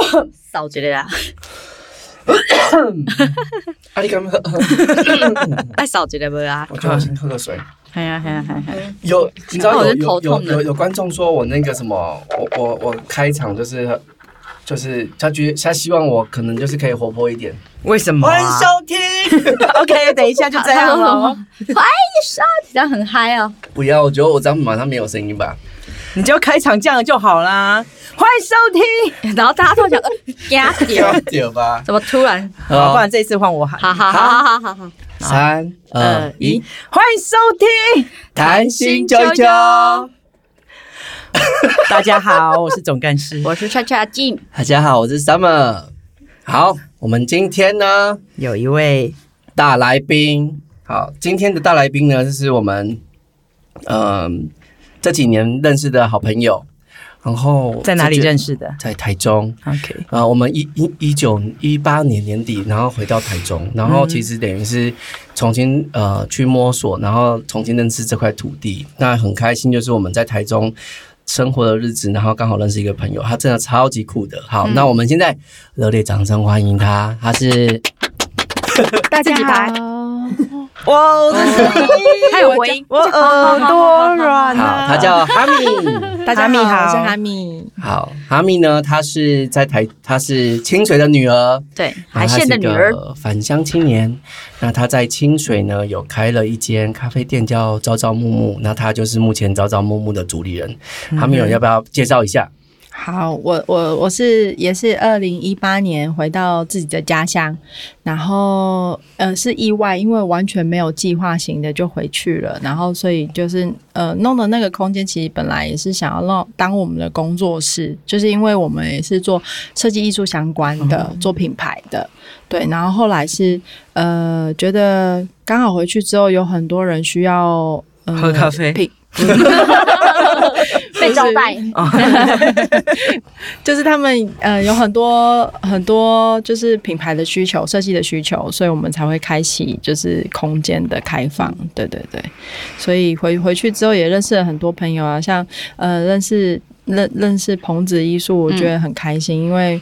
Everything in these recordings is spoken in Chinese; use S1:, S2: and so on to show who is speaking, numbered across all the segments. S1: 有一个啦，
S2: 哎
S3: 啊，你敢喝？
S1: 爱扫一个无啊？
S3: 我觉得我先喝个水。
S1: 嗯系啊系啊系啊，
S3: 有，你知道
S1: 哦我
S3: 有
S1: 是
S3: 有有
S1: 头痛的
S3: 有有观众说我那个什么，我我我开场就是就是他觉得他希望我可能就是可以活泼一点。
S2: 为什么、
S3: 欢迎
S2: 啊？
S3: 收听。
S2: OK，等一下就这样了。
S1: 哎这样很嗨哦。
S3: 不要，我觉得我这样马上没有声音吧。
S2: 你就开场这样就好啦。欢迎收听，
S1: 然后大家突然 想，压掉，
S3: 点吧。
S1: 怎么突然？
S2: 好，不然这一次换我喊。
S1: 好好好好好好好，
S3: 三二
S1: 二
S3: 一
S1: 一，
S2: 欢迎收听，
S3: 谈心啾啾。
S2: 大家好，我是总干事。
S1: 我是恰恰静，
S3: 大家好，我是 Summer。好，我们今天呢
S2: 有一位
S3: 大来宾，好，今天的大来宾呢就是我们，嗯、这几年认识的好朋友。然后
S2: 在哪里
S3: 这几
S2: 认识的
S3: 在台中。
S2: ？OK，
S3: 啊、我们一一一九一八年年底，然后回到台中，然后其实等于是重新呃去摸索，然后重新认识这块土地。那很开心，就是我们在台中生活的日子，然后刚好认识一个朋友，他真的超级酷的。好，那我们现在热烈掌声欢迎他，他是
S1: 大家
S2: 好
S1: 好，
S2: 我
S1: 还有回音，
S2: 我耳朵软
S3: 好，
S2: 啊。
S3: 他叫哈密。
S2: 大家好，
S4: 我是哈密。
S3: 好，哈密呢，他是在台，他是清水的女儿，
S1: 对，
S3: 然
S1: 海
S3: 后他
S1: 线
S3: 啊是
S1: 的
S3: 一
S1: 女儿，
S3: 个返乡青年。那他在清水呢，有开了一间咖啡店，叫朝朝暮暮。那他就是目前朝朝暮暮的主理人。
S1: 嗯
S3: 他们有要不要介绍一下？
S4: 好，我我我是也是二零一八年回到自己的家乡，然后呃是意外，因为完全没有计划型的就回去了，然后所以就是呃弄的那个空间其实本来也是想要让当我们的工作室，就是因为我们也是做设计艺术相关
S2: 嗯
S4: 的，做品牌的，对，然后后来是呃觉得刚好回去之后有很多人需要、呃、
S2: 喝咖啡
S4: 品
S1: 被招待，
S4: 就是他们呃有很多很多就是品牌的需求、设计的需求，所以我们才会开启就是空间的开放。对对对，所以回回去之后也认识了很多朋友啊，像呃认识认认识彭子艺术，我觉得很开心，因为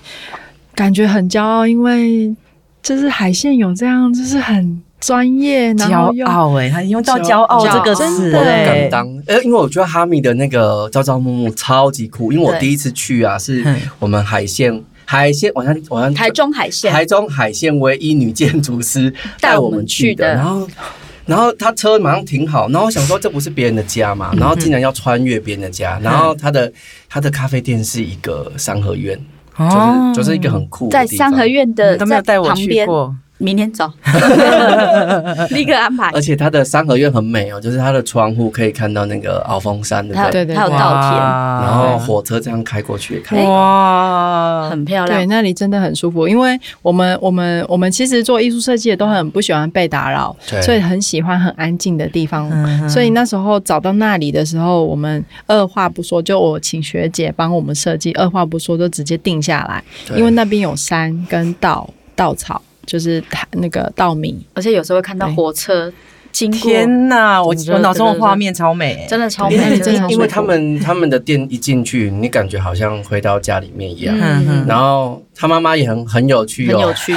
S4: 感觉很骄傲，因为就是海线有这样，就是很专业，然后
S2: 骄
S4: 又
S2: 傲哎，他用到骄傲
S1: 骄傲
S2: 这个词
S4: 真的
S3: 敢
S2: 哎，
S3: 当，呃，因为我觉得哈密的那个朝朝暮暮超级酷，因为我
S1: 对
S3: 第一次去啊，是
S2: 嗯
S3: 我们海线海线，我像我像
S1: 台中海线，
S3: 台中海线唯一女建筑师带我们去的，
S1: 带
S3: 然
S1: 我
S3: 后。然后他车马上停好，然后我想说这不是别人的家嘛，然后竟然要穿越别人的家，然后他的他的咖啡店是一个三合院，
S2: 哦
S3: 就是就是一个很酷的
S1: 在
S3: 地
S1: 三合
S3: 方，
S1: 院的
S2: 都没有带我
S1: 旁
S2: 去
S1: 边，
S2: 过。
S1: 明天走，立刻安排
S3: 而。且他的三合院很美哦，就是他的窗户可以看到那个鳌峰山，对不
S1: 还有
S3: 对？
S4: 对对
S1: 还有稻
S3: 然后火车这样开过去也看到。
S2: 哇
S1: 田，，很漂亮
S4: 对，。那里真的很舒服，因为我们我们我们其实做艺术设计的都很不喜欢被打扰
S3: 对，
S4: 所以很喜欢很安静的地方。
S2: 嗯
S4: 所以那时候找到那里的时候，我们二话不说，就我请学姐帮我们设计，二话不说就直接定下来，
S3: 对
S4: 因为那边有山跟稻稻草，就是它那个稻米。
S1: 而且有时候会看到
S4: 对
S1: 火车经过，
S2: 天哪，我
S1: 真的
S2: 我脑中的画面超美，
S1: 真的超美
S4: 对那里
S1: 的，
S4: 真的很
S3: 因
S4: 舒
S3: 为
S4: 服
S3: 他们他们的店一进去，你感觉好像回到家里面一样。
S2: 嗯嗯
S3: 然后他妈妈也很很有趣
S1: 很
S3: 哦，
S1: 有趣。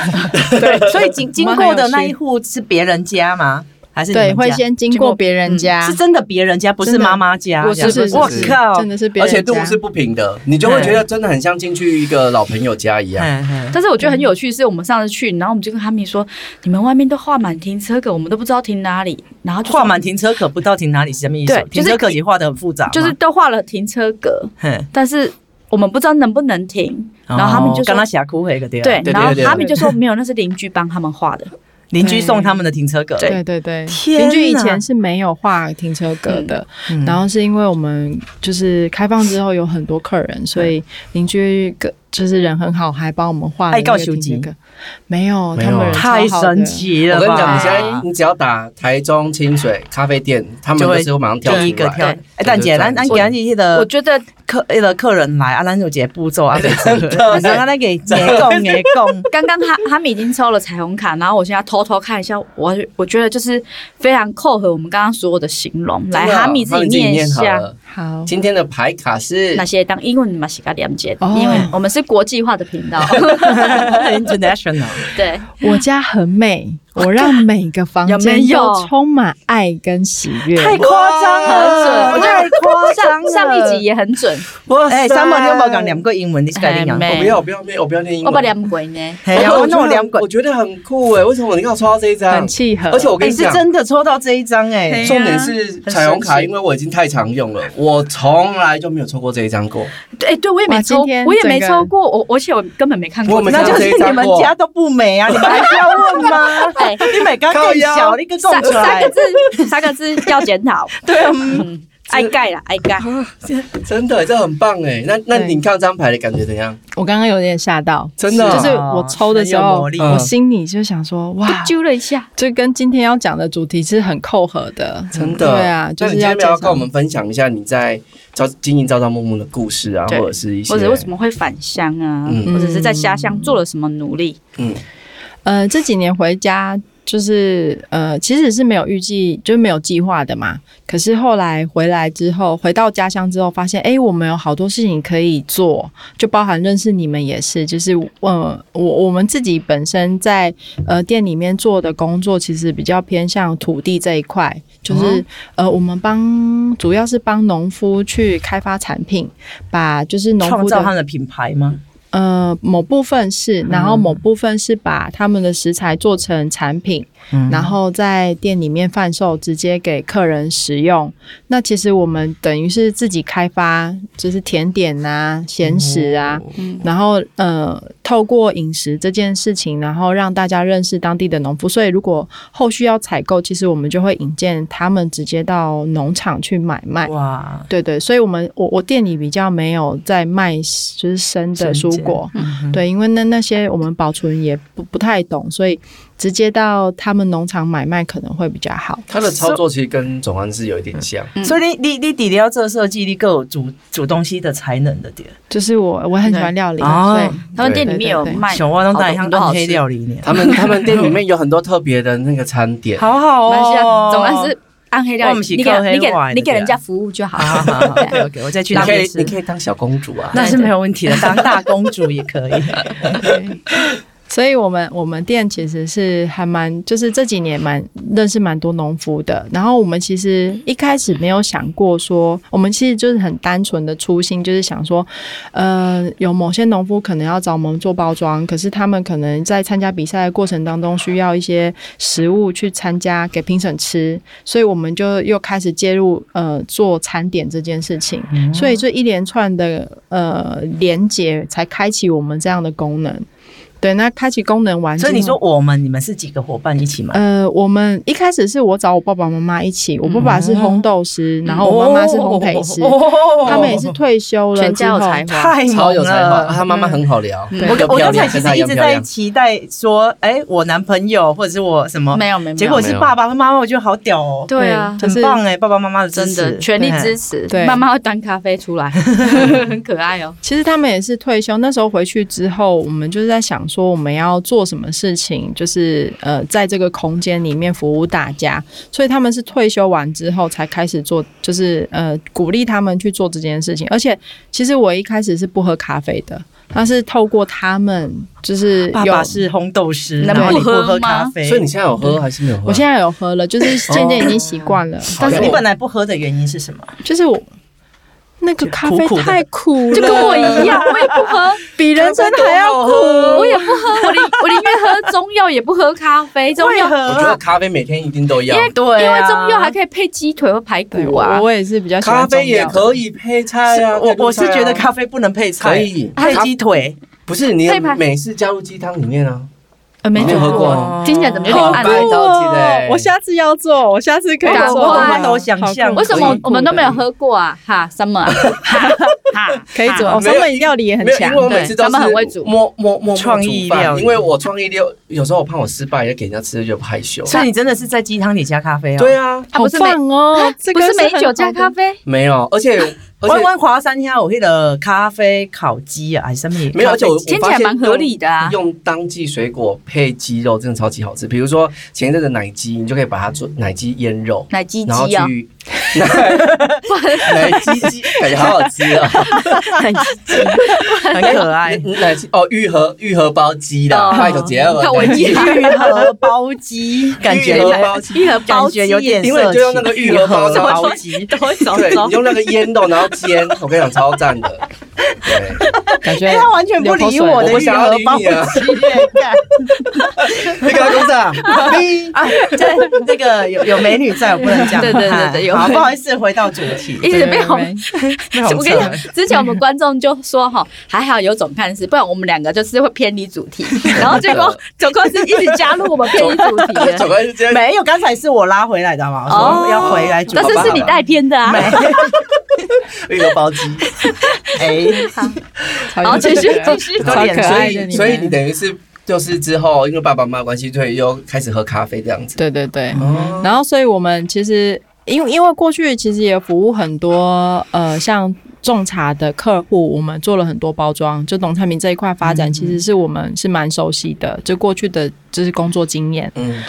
S2: 对，所以经经
S4: 我们很
S2: 过
S4: 有
S2: 的那
S4: 趣
S2: 一户是别人家吗？还是你们
S4: 对，会
S2: 家
S4: 先经
S1: 经过
S4: 过别人家，
S2: 嗯是真的别人家，不是
S4: 真的
S2: 妈妈家
S4: 我
S2: 这样。
S4: 是是
S2: 我
S4: 是
S2: 靠
S4: 真！的是别
S3: 而
S4: 人家。
S3: 且路是不平的，你就会觉得真的很像进去一个老朋友家一样。
S2: 嗯嗯
S1: 但是我觉得很有趣，是我们上次去，然后我们就跟哈密说，你们外面都画满停车格，我们都不知道停哪里，然后就说
S2: 画满，停车格，不知道停哪里是什么意思哦
S1: 对就？是
S2: 停车格也画的很复杂嘛，
S1: 就是都画了停车格，
S2: 嗯，
S1: 但是我们不知道能不能停，然后他们就
S2: 哦跟
S1: 说。
S2: 他峡哭黑个对啊
S1: 对，
S3: 对对
S1: 然后
S3: 对对
S1: 哈密就说没有，那是邻居帮他们画的。
S2: 邻居送他们的停车格，
S1: 对
S4: 对对对，
S2: 天
S4: 邻居以
S2: 哪
S4: 前是没有画停车格的，
S2: 嗯
S4: 然后是因为我们就是开放之后有很多客人，所以邻居个就是人很好，还帮我们画了
S2: 爱告
S4: 那个
S2: 修
S4: 停车
S2: 集
S4: 格。没有，
S3: 没
S4: 他
S3: 有
S4: 们人超
S2: 太
S4: 好的
S2: 神，奇了
S3: 我
S2: 吧！
S3: 跟你讲，你现
S1: 哎
S2: 啊
S3: 在你只要打台中清水咖啡店，他们
S2: 就
S3: 就
S2: 会
S3: 是会马上跳出来。
S2: 第一个跳
S1: 对。
S2: 哎，蛋姐，咱咱给咱记
S1: 我
S2: 得
S1: 觉得
S2: 客的客人来啊，咱有一个步骤啊，对
S3: 真的
S2: 然后咱给给讲给讲，
S1: 刚刚他他们已经抽了彩虹卡，然后我现在偷偷看一下，我我觉得就是非常扣合我们刚刚所有的形容。
S3: 啊
S1: 来，哈密自己念一
S3: 念好
S1: 下。
S3: 了。
S4: 好，
S3: 今天的牌卡是
S1: 那些当英文马西嘎连接的
S4: 哦，
S1: 因为我们是国际化的频道，
S2: international，
S1: 对，
S4: 我家 很美，我让每个房
S1: 有没
S4: 间
S1: 有
S4: 都充满爱跟喜悦。
S2: 太夸张了，
S1: 很准
S2: 太夸张
S1: 上
S2: 了。
S1: 上一集也很准，
S3: 哇
S2: 哎，三毛你有没有讲念过英文？你是改念啊？
S1: 哎
S3: 哦我不要，我不要念，我不要念英
S1: 我
S3: 文。哦
S1: 把两鬼呢，
S2: 哎呀，我
S3: 我觉得
S2: 弄两
S3: 很
S2: 滚
S3: 我，觉得很酷哎，为什么你刚好抽到这一张
S4: 很？契合，
S3: 而且我跟
S2: 哎，
S3: 你
S2: 是
S3: 讲，
S2: 真的抽到这一张哎
S1: 嘿，
S3: 重点是彩虹
S2: 很神
S3: 卡，
S2: 奇
S3: 因为我已经太常用了，我从来就没有抽过这一张过。
S1: 对，对我也没
S4: 哇
S1: 抽
S4: 今，天
S1: 我也没
S4: 整个
S1: 抽过，我而且我根本没看过
S3: 我
S1: 这
S3: 们
S1: 张，
S2: 那
S3: 家
S2: 就是你们家都不美啊，你们还需要问 吗？
S1: 哎
S2: 你每刚更小，你个
S1: 三
S2: 供出
S1: 三
S2: 来
S1: 个，字， 三个字要检 讨，
S2: 对啊，
S1: 嗯，爱盖啦，爱盖，
S3: 真的，这很棒哎。那那
S4: 对
S3: 你看这张牌的感觉怎样？
S4: 我刚刚有点吓到，
S3: 真的啊
S4: 就是我抽的时
S2: 很有
S4: 候
S2: 魔力，
S4: 我心里就想说，哇，
S1: 揪了一下，
S4: 这跟今天要讲的主题是很扣合的，
S3: 真的，
S4: 对啊，就
S3: 那
S4: 是
S3: 你今天
S4: 介
S3: 要不要跟
S4: 绍
S3: 我们分享一下你在招经营朝朝暮暮的故事啊，或
S1: 对
S3: 者是一些
S1: 或者为什么会返乡啊，
S3: 嗯
S1: 或者是在家乡做了什么努力，
S3: 嗯
S4: 呃，这几年回家就是呃，其实是没有预计，就是没有计划的嘛。可是后来回来之后，回到家乡之后，发现哎、诶我们有好多事情可以做，就包含认识你们也是，就是呃，我我们自己本身在呃店里面做的工作，其实比较偏向土地这一块，就是、
S2: 嗯
S4: 呃，我们帮主要是帮农夫去开发产品，把就是农
S2: 创
S4: 夫
S2: 造
S4: 的
S2: 他们的品牌吗？
S4: 呃，某部分是，
S2: 嗯
S4: 然后某部分是把他们的食材做成产品，
S2: 嗯
S4: 然后在店里面贩售，直接给客人食用。那其实我们等于是自己开发，就是甜点啊、咸食啊，
S2: 哦
S1: 嗯，
S4: 然后呃，透过饮食这件事情，然后让大家认识当地的农夫。所以如果后续要采购，其实我们就会引荐他们直接到农场去买卖。
S2: 哇，
S4: 对对，所以我们我我店里比较没有在卖就是生的
S2: 生
S4: 蔬
S2: 煎
S4: 果，
S2: 嗯
S4: 对，因为那那些我们保存也不不太懂，所以直接到他们农场买卖可能会比较好。
S3: 他的操作其实跟总安是有一点像，
S1: 嗯
S2: 所以你你你底料这设计，你更有煮煮东西的才能的点。
S4: 就是我我很喜欢料理，啊所以
S1: 他们店里面有
S4: 对对对
S1: 卖，
S2: 小蛙都带
S1: 好
S2: 像
S1: 多好
S2: 暗
S1: 吃
S2: 黑料理呢，
S3: 他们他们店里面有很多特别的那个餐点，
S2: 好好
S1: 马来西亚
S2: 哦。
S1: 啊总然是暗黑料
S2: 我
S1: 理，
S2: 们是
S1: 你给
S2: 靠黑
S1: 你给
S2: 外的
S1: 你给人
S2: 这
S1: 家
S2: 样
S1: 服务就好
S2: 好。好好好，OK
S1: 对
S2: OK，我再去
S3: 你
S2: 那
S3: 可
S2: 边
S3: 以
S2: 吃
S3: 你。可以当小公主啊，
S2: 那是没有问题的，当大公主也可以。
S4: 对所以我们我们店其实是还蛮，就是这几年蛮认识蛮多农夫的。然后我们其实一开始没有想过说，我们其实就是很单纯的初心，就是想说，呃，有某些农夫可能要找我们做包装，可是他们可能在参加比赛的过程当中需要一些食物去参加给评审吃，所以我们就又开始介入呃做餐点这件事情。
S2: 嗯
S4: 所以这一连串的呃连接才开启我们这样的功能。对，那开启功能完之
S2: 所
S4: 后，
S2: 以你说我们，你们是几个伙伴一起买？
S4: 呃，我们一开始是我找我爸爸妈妈一起，我爸爸是烘豆师，然后我妈妈是烘焙师，
S2: 嗯哦
S4: 他们也是退休 了
S1: 全家有
S4: 之后
S1: 才华
S2: 太
S3: 超
S2: 猛
S3: 有才华，啊
S2: 了。
S3: 他妈妈很好聊，
S1: 嗯
S3: 又
S1: 我
S2: 嗯我我
S3: 漂
S2: 刚才
S3: 亮，
S2: 其
S3: 跟他
S2: 实
S3: 一
S2: 一
S3: 样
S2: 直
S3: 漂
S2: 在
S3: 亮。
S2: 期待说，哎，我男朋友或者是我什么，
S1: 没有没有，
S2: 结果
S1: 没有
S2: 是爸爸和妈妈，我觉得好屌哦，
S1: 对啊，
S4: 就是
S2: 很棒哎，爸爸妈妈的支
S1: 真
S2: 持
S1: 的全力支
S2: 持。
S1: 持。
S4: 对
S1: 妈妈会端咖啡出 来，很可爱哦。
S4: 其实他们也是退休，那时候回去之后，我们就是在想说我们要做什么事情，就是呃，在这个空间里面服务大家。所以他们是退休完之后才开始做，就是呃，鼓励他们去做这件事情。而且其实我一开始是不喝咖啡的，但是透过他们就是有
S2: 爸爸是烘豆师，
S1: 那
S2: 然后
S1: 不
S2: 你不
S1: 喝
S2: 喝
S1: 吗
S2: 咖啡，
S3: 所以你现在有喝还是没有喝啊？
S4: 我现在有喝了，就是渐渐已经习惯了。
S3: 好
S2: 但是你
S3: 有
S2: 本来不喝的原因是什么？
S4: 就是我那个咖啡
S2: 苦苦的
S4: 太苦了，
S1: 就跟我一样，我也不喝，
S4: 啊比人生还要苦。
S1: 我也不喝，我宁我宁愿喝中药，也不喝咖啡。中
S2: 为
S1: 药
S3: 我觉得
S2: 何？
S3: 咖啡每天一定都要，
S2: 对
S1: 因
S2: 啊
S1: 为中药还可以配鸡腿或排
S4: 对，
S1: 骨
S4: 我
S1: 啊。
S4: 我也是比较喜欢
S3: 咖啡也
S4: 中药
S3: 可以配菜啊。
S2: 我我是觉得
S3: 咖
S2: 咖啡不能配菜，
S3: 可以
S2: 配鸡腿。
S3: 不是你
S1: 配盘
S3: 美式加入鸡汤里面啊，
S1: 呃，没
S3: 你有
S1: 煮
S3: 喝过啊？
S2: 哦
S1: 听起来怎么有点
S4: 好
S1: 暗
S4: 酷
S3: 白
S1: 淡？
S3: 到起
S4: 哦
S3: 来！
S4: 我下次要做，我下次可以
S1: 赶
S4: 做。
S1: 快
S4: 好酷
S2: 我想象
S1: 为什么
S4: 好酷
S1: 我们都没有
S4: 好酷
S1: 喝过啊？哈，summer 啊，哈哈，
S4: 可以煮，
S1: 哈
S4: 哦
S3: 没有
S4: 他们料理也很
S3: 没有，因
S4: 强
S3: 为。我每次都
S1: 对他们很会煮
S3: 是默默默
S2: 创意料
S3: 料，
S2: 理
S3: 因为我创意料，有时候我怕我失败，也给人家吃就害羞。
S2: 所以你真的是在鸡汤里加咖啡哦。
S3: 对啊，
S1: 啊不是美
S4: 棒哦！这
S1: 不
S4: 个
S1: 是美
S4: 很
S1: 酒
S4: 好
S1: 加
S4: 的
S1: 咖啡，
S3: 没有，而 且而
S2: 弯
S3: 且
S2: 弯华山遐有迄个咖啡烤鸡啊，还是什么？
S3: 没有，而且我
S2: 咖啡鸡
S1: 听起来蛮合理的啊。
S3: 用当季水果配鸡肉真的超级好吃。比如说前一阵的奶鸡，你就可以把它做奶鸡腌肉，
S1: 奶鸡
S3: 然后
S1: 鸡啊，
S3: 去奶奶鸡 鸡，感觉好好吃 啊！
S2: 很 可爱。
S3: 奶鸡哦，愈合愈合包鸡的
S1: 哦，
S3: 拜托姐
S1: 看我
S3: 奶鸡
S1: 也
S2: 愈合包鸡，感觉
S3: 愈合包鸡。
S1: 一盒包
S2: 感
S1: 鸡
S2: 觉有点色情，
S3: 因为就用那个愈合包
S2: 愈合
S3: 包
S2: 鸡，
S1: 都会找
S3: 对，
S1: 到
S3: 你。用那个腌肉，然后煎，我跟你讲超赞的。 对，
S4: 感觉
S2: 哎，他完全不
S4: 流口
S2: 理
S4: 水
S2: 我的
S4: 了
S3: 我不
S2: 愈
S3: 想要
S2: 合
S3: 理
S2: 包
S3: 你啊
S2: 鸡。
S3: 你给他鼓 掌。
S2: 啊，这这个有有美女在，我不能讲。
S1: 对对对对有
S2: 好，不好意思，回到主题。
S1: 一直被我们，
S2: 被
S1: 我
S2: 红
S1: 跟你
S2: 车
S1: 讲，之前我们观众就说 哈，还好有总干事，不然我们两个就是会偏离主 题。然后结果总干事一直加入我们偏离主题
S3: 他走
S1: 了。
S3: 过来就直接
S2: 没有，刚才是我拉回来的好吗？我说要回来主题，
S1: 但是是你带偏的啊。
S3: 愈合包鸡，
S2: 哎，
S4: 好
S1: 好继续继续
S4: 超可爱的
S3: 所以
S4: 你们，
S3: 所以你等于是就是之后因为爸爸妈妈关系，所以又开始喝咖啡这样子。
S4: 对对对，
S3: 哦，
S4: 然后，所以我们其实因为因为过去其实也服务很多呃，像种茶的客户，我们做了很多包装，就农产品这一块发
S3: 嗯
S4: 展，其实是我们是蛮熟悉的，就过去的就是工作经验。
S3: 嗯，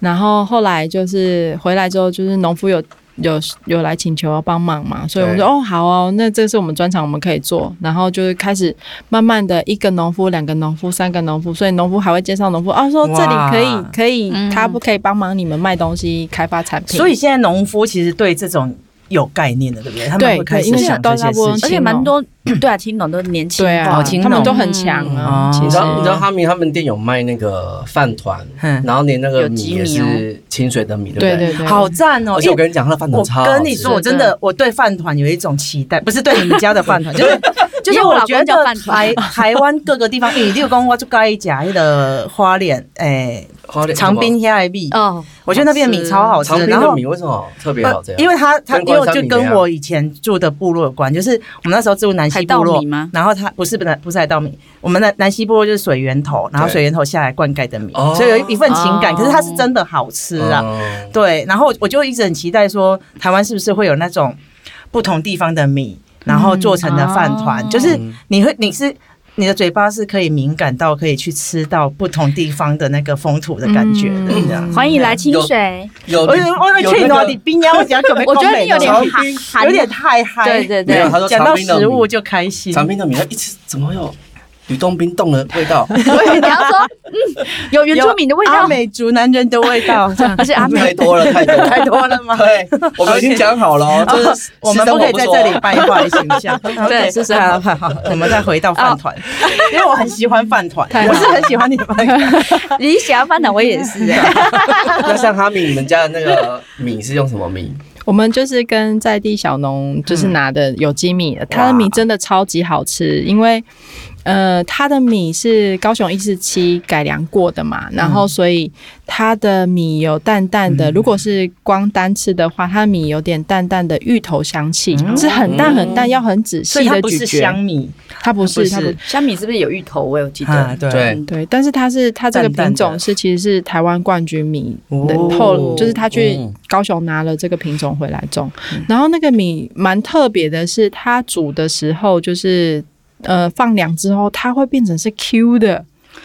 S4: 然后后来就是回来之后，就是农夫有。有有来请求要帮忙嘛，所以我们说
S3: 对
S4: 哦好哦，那这是我们专长，我们可以做。然后就是开始慢慢的一个农夫、两个农夫、三个农夫，所以农夫还会介绍农夫啊，说这里可以
S2: 哇
S4: 可以，
S1: 嗯
S4: 他不可以帮忙你们卖东西、开发产品。
S2: 所以现在农夫其实对这种有概念的，对不对？他们
S4: 对
S2: 会开
S4: 对因
S2: 始
S4: 为
S2: 想这
S4: 大
S2: 些
S4: 部分
S2: 事
S1: 而
S2: 情。
S1: 且蛮多 对啊，青龙都年轻化，嗯
S4: 对啊，
S2: 青
S4: 他们
S2: 农
S4: 都很强啊
S2: 嗯。
S4: 其
S3: 你知
S4: 实
S3: 道你知道哈密他们店有卖那个饭团，
S2: 嗯
S3: 然后连那
S1: 有
S3: 个米
S1: 鸡
S3: 也
S1: 米哦
S3: 是清水的米，对不
S4: 对
S3: 对？
S4: 对对，
S2: 好赞哦！
S3: 而且我跟你讲，他的饭
S2: 因为
S3: 团超好
S2: 我
S3: 吃
S2: 跟你说，我真的我对饭团有一种期待，不是对你们家的饭 团，就是
S1: 就是
S2: 因为
S1: 我
S2: 我
S1: 老
S2: 觉
S1: 公叫
S2: 得
S1: 饭团
S2: 台台湾各个地方，因为例如讲我就该夹那个花莲，哎，
S3: 花莲
S2: 长滨虾的米，
S1: 哦，
S2: 我觉得那边的米超好吃
S3: 长。滨
S2: 然
S3: 的
S2: 后
S3: 米为什么特别好
S2: 呃
S3: 这样？
S2: 因为他他
S3: 跟
S2: 因为
S3: 关山
S2: 就
S3: 米
S2: 跟
S3: 一样
S2: 我以前住的部落有关，就是我们那时候住南
S1: 海
S2: 溪
S1: 盗
S2: 部落
S1: 米吗
S2: 然后他不是不是不是海稻米，我们的南溪部落就是水源头，然后
S3: 对
S2: 水源头下来灌溉的米
S3: 哦，
S2: 所以有一一份情感，
S1: 哦
S2: 可是它是真的好吃啊。
S3: 嗯
S2: 对，然后我就一直很期待说，台湾是不是会有那种不同地方的米，然后做成的饭团，
S1: 哦
S2: 就是
S3: 嗯
S2: 你会你是。你的嘴巴是可以敏感到可以去吃到不同地方的那个风土的感觉的，
S4: 嗯
S2: 这样。哦
S1: 欢迎来清水。
S3: 有
S2: 我嗯我
S3: 有
S2: 去
S3: 那
S2: 哪
S3: 个
S2: 里冰呀？我讲准备
S1: 我觉得 你有点
S3: 长滨
S1: 含含
S2: 哦有点太嗨，
S1: 对对
S3: 没有
S1: 对
S3: 他，说
S2: 讲到
S3: 长滨的米
S2: 食物就开心。
S3: 长滨的米，它一吃怎么有吕洞宾冻的味 道？
S1: 我以为你要说嗯，有原住民的味
S2: 阿
S1: 道，
S2: 美族男人的味道，这样
S1: 而且阿美
S3: 太多了，太多了，
S2: 啊 太多了吗？
S3: 对，我们已经讲好了 哦，就是
S2: 我们
S3: 私生
S2: 不可
S3: 活哦
S2: 以在
S3: 说
S2: 这里败坏形象。OK，
S1: 是是
S2: 好好好，我们再回到饭团， 因为我很喜欢饭团，
S4: 太好
S2: 我是很喜欢你们饭团。
S1: 你喜欢饭团，我也是哎。
S3: 那像哈密，你们家的那个米是用什么米？
S4: 我们就是跟在地小农
S2: 嗯
S4: 就是拿的有机米，它的米真的超级好吃，因为呃，它的米是高雄一四七改良过的嘛，然后所以它的米有淡淡
S2: 嗯
S4: 的，如果是光单吃的话，它的米有点淡淡的芋头香气，
S2: 嗯
S4: 是很淡很淡，要很仔
S2: 所以
S4: 细
S2: 它
S4: 的
S2: 不
S4: 咀
S2: 是
S4: 嚼
S2: 香。米，
S4: 它不
S2: 不
S4: 是，
S2: 是
S4: 它不
S1: 虾米是不是有芋头？我有记
S2: 啊
S1: 得，，嗯
S3: 对
S4: 对，但是它是它这个
S2: 淡淡
S4: 品
S2: 的
S4: 种是其实是台湾冠军米的
S2: 哦
S4: 后，就是他去
S3: 嗯
S4: 高雄拿了这个品种回来种，然后那个米蛮特别的是，它煮的时候就是。呃，放凉之后，它会变成是 Q 的，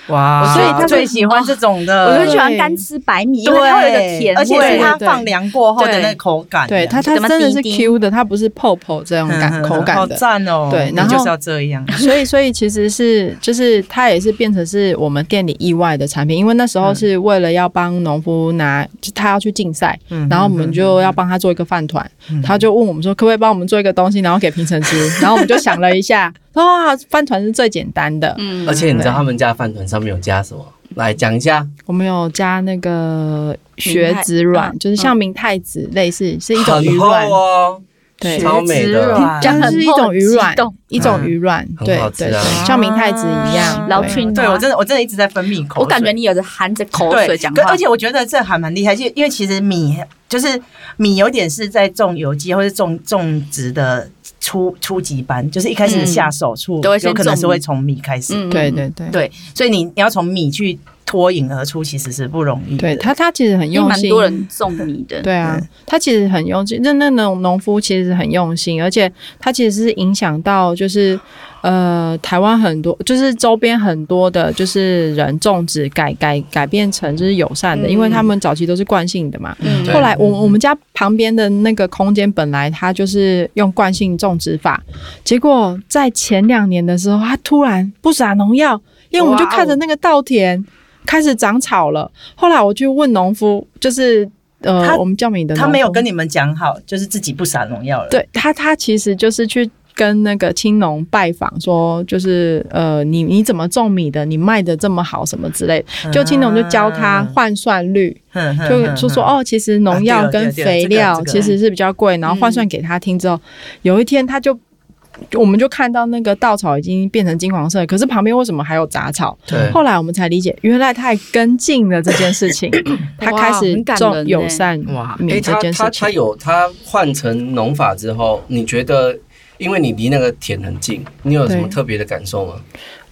S2: 哇
S1: 所以它
S2: 他最喜欢这种的，
S1: 我就喜欢干吃白米，因为它会有一个甜味，
S2: 呃而且是它
S4: 对对
S2: 放凉过后的那个口感，嗯
S4: 对它，它
S1: 怎么
S4: 真的是
S1: 滴滴
S4: Q 的，它不是泡泡这种感口
S2: 好
S4: 感的，
S2: 赞哦。
S4: 对
S2: 你
S4: 然后
S2: 就是要这样，
S4: 所以所以其实是就是它也是变成是我们店里意外的产品，因为那时候是为了要帮农夫拿，就他要去竞赛，
S2: 嗯
S4: 然后我们就要帮他做一个饭团，
S3: 嗯
S4: 他就问我们说可不可以帮我们做一个东西，然后给评审 吃，然后我们就想了一下，啊，饭团是最简单的，
S1: 嗯
S3: 而且你知道他们家饭团上面有加什么？来讲一下，
S4: 我们有加那个学子
S1: 明
S4: 软
S1: 太，嗯
S4: 就是像明太子类似，是一种
S3: 很
S4: 鱼
S3: 厚
S4: 软，
S3: 哦，
S4: 对。
S3: 超美的。
S2: 哇
S1: 讲
S4: 它
S1: 很
S4: 是一
S1: 厚
S4: 种鱼
S1: 激
S4: 软
S1: 动，
S4: 一种鱼软，
S3: 嗯
S4: 对
S3: 很好吃
S4: 对
S3: 啊
S4: 对，像明太子一样。
S1: 老
S4: 对
S1: 去
S2: 啊对我真的我真的一直在分泌口水，
S1: 我感觉你有着含着口
S2: 对，
S1: 水讲
S2: 跟
S1: 话，
S2: 而且我觉得这还蛮厉害，就因为其实米就是米有点是在种有机或是种种植的初初级班，就是一开始的下手处、
S1: 嗯都会先
S2: 有可能
S1: 种
S2: 是会
S1: 米
S2: 从米开始。
S1: 嗯
S4: 对对对。
S2: 对，所以你你要从米去脱颖而出，其实是不容易的。
S4: 对他，他其实很
S1: 因为
S4: 用
S1: 蛮
S4: 心，
S1: 多人送米的，嗯
S4: 对啊，他其实很用心，那那农农夫其实很用心，而且他其实是影响到就是呃台湾很多，就是周边很多的，就是人种植改改改变成就是友善的，
S1: 嗯
S4: 因为他们早期都是惯性的嘛。
S1: 嗯，
S3: 对
S4: 后来我我们家旁边的那个空间本来它就是用惯性种植法，结果在前两年的时候，它突然不撒农药，因为我们就
S1: 哇哦
S4: 看着那个稻田开始长草了。后来我去问农夫，就是呃
S2: 他，
S4: 我们叫米的
S2: 他没有跟
S4: 你
S2: 你们讲好，就是自己不撒农药了。，
S4: 对他，他其实就是去。跟那个青农拜访说，就是呃，你你怎么种米的？你卖的这么好，什么之类的，就青农就教他
S2: 嗯
S4: 换算率，
S2: 哼，哼
S4: 就就说，
S2: 哼哼
S4: 哦，其实农
S2: 嗯啊
S4: 药
S2: 对了
S4: 跟
S2: 对了对了
S4: 肥
S2: 这个
S4: 料
S2: 这个啊嗯
S4: 其实是比较贵，然后换算给他听之后，有一天他就。我们就看到那个稻草已经变成金黄色，可是旁边为什么还有杂草？
S3: 对
S4: 后来我们才理解，原来他还跟进了这件事 情，他开始
S1: 很感
S4: 种
S1: 人
S4: 友
S1: 欸
S4: 善
S2: 嗯
S3: 哇，
S4: 米
S2: 哎
S3: 诶
S4: 这
S3: 他
S4: 件事
S3: 他他
S4: 情。
S3: 有他换成农法之后，你觉得，因为你离那个田很近，你有什么
S4: 对
S3: 特别的感受吗？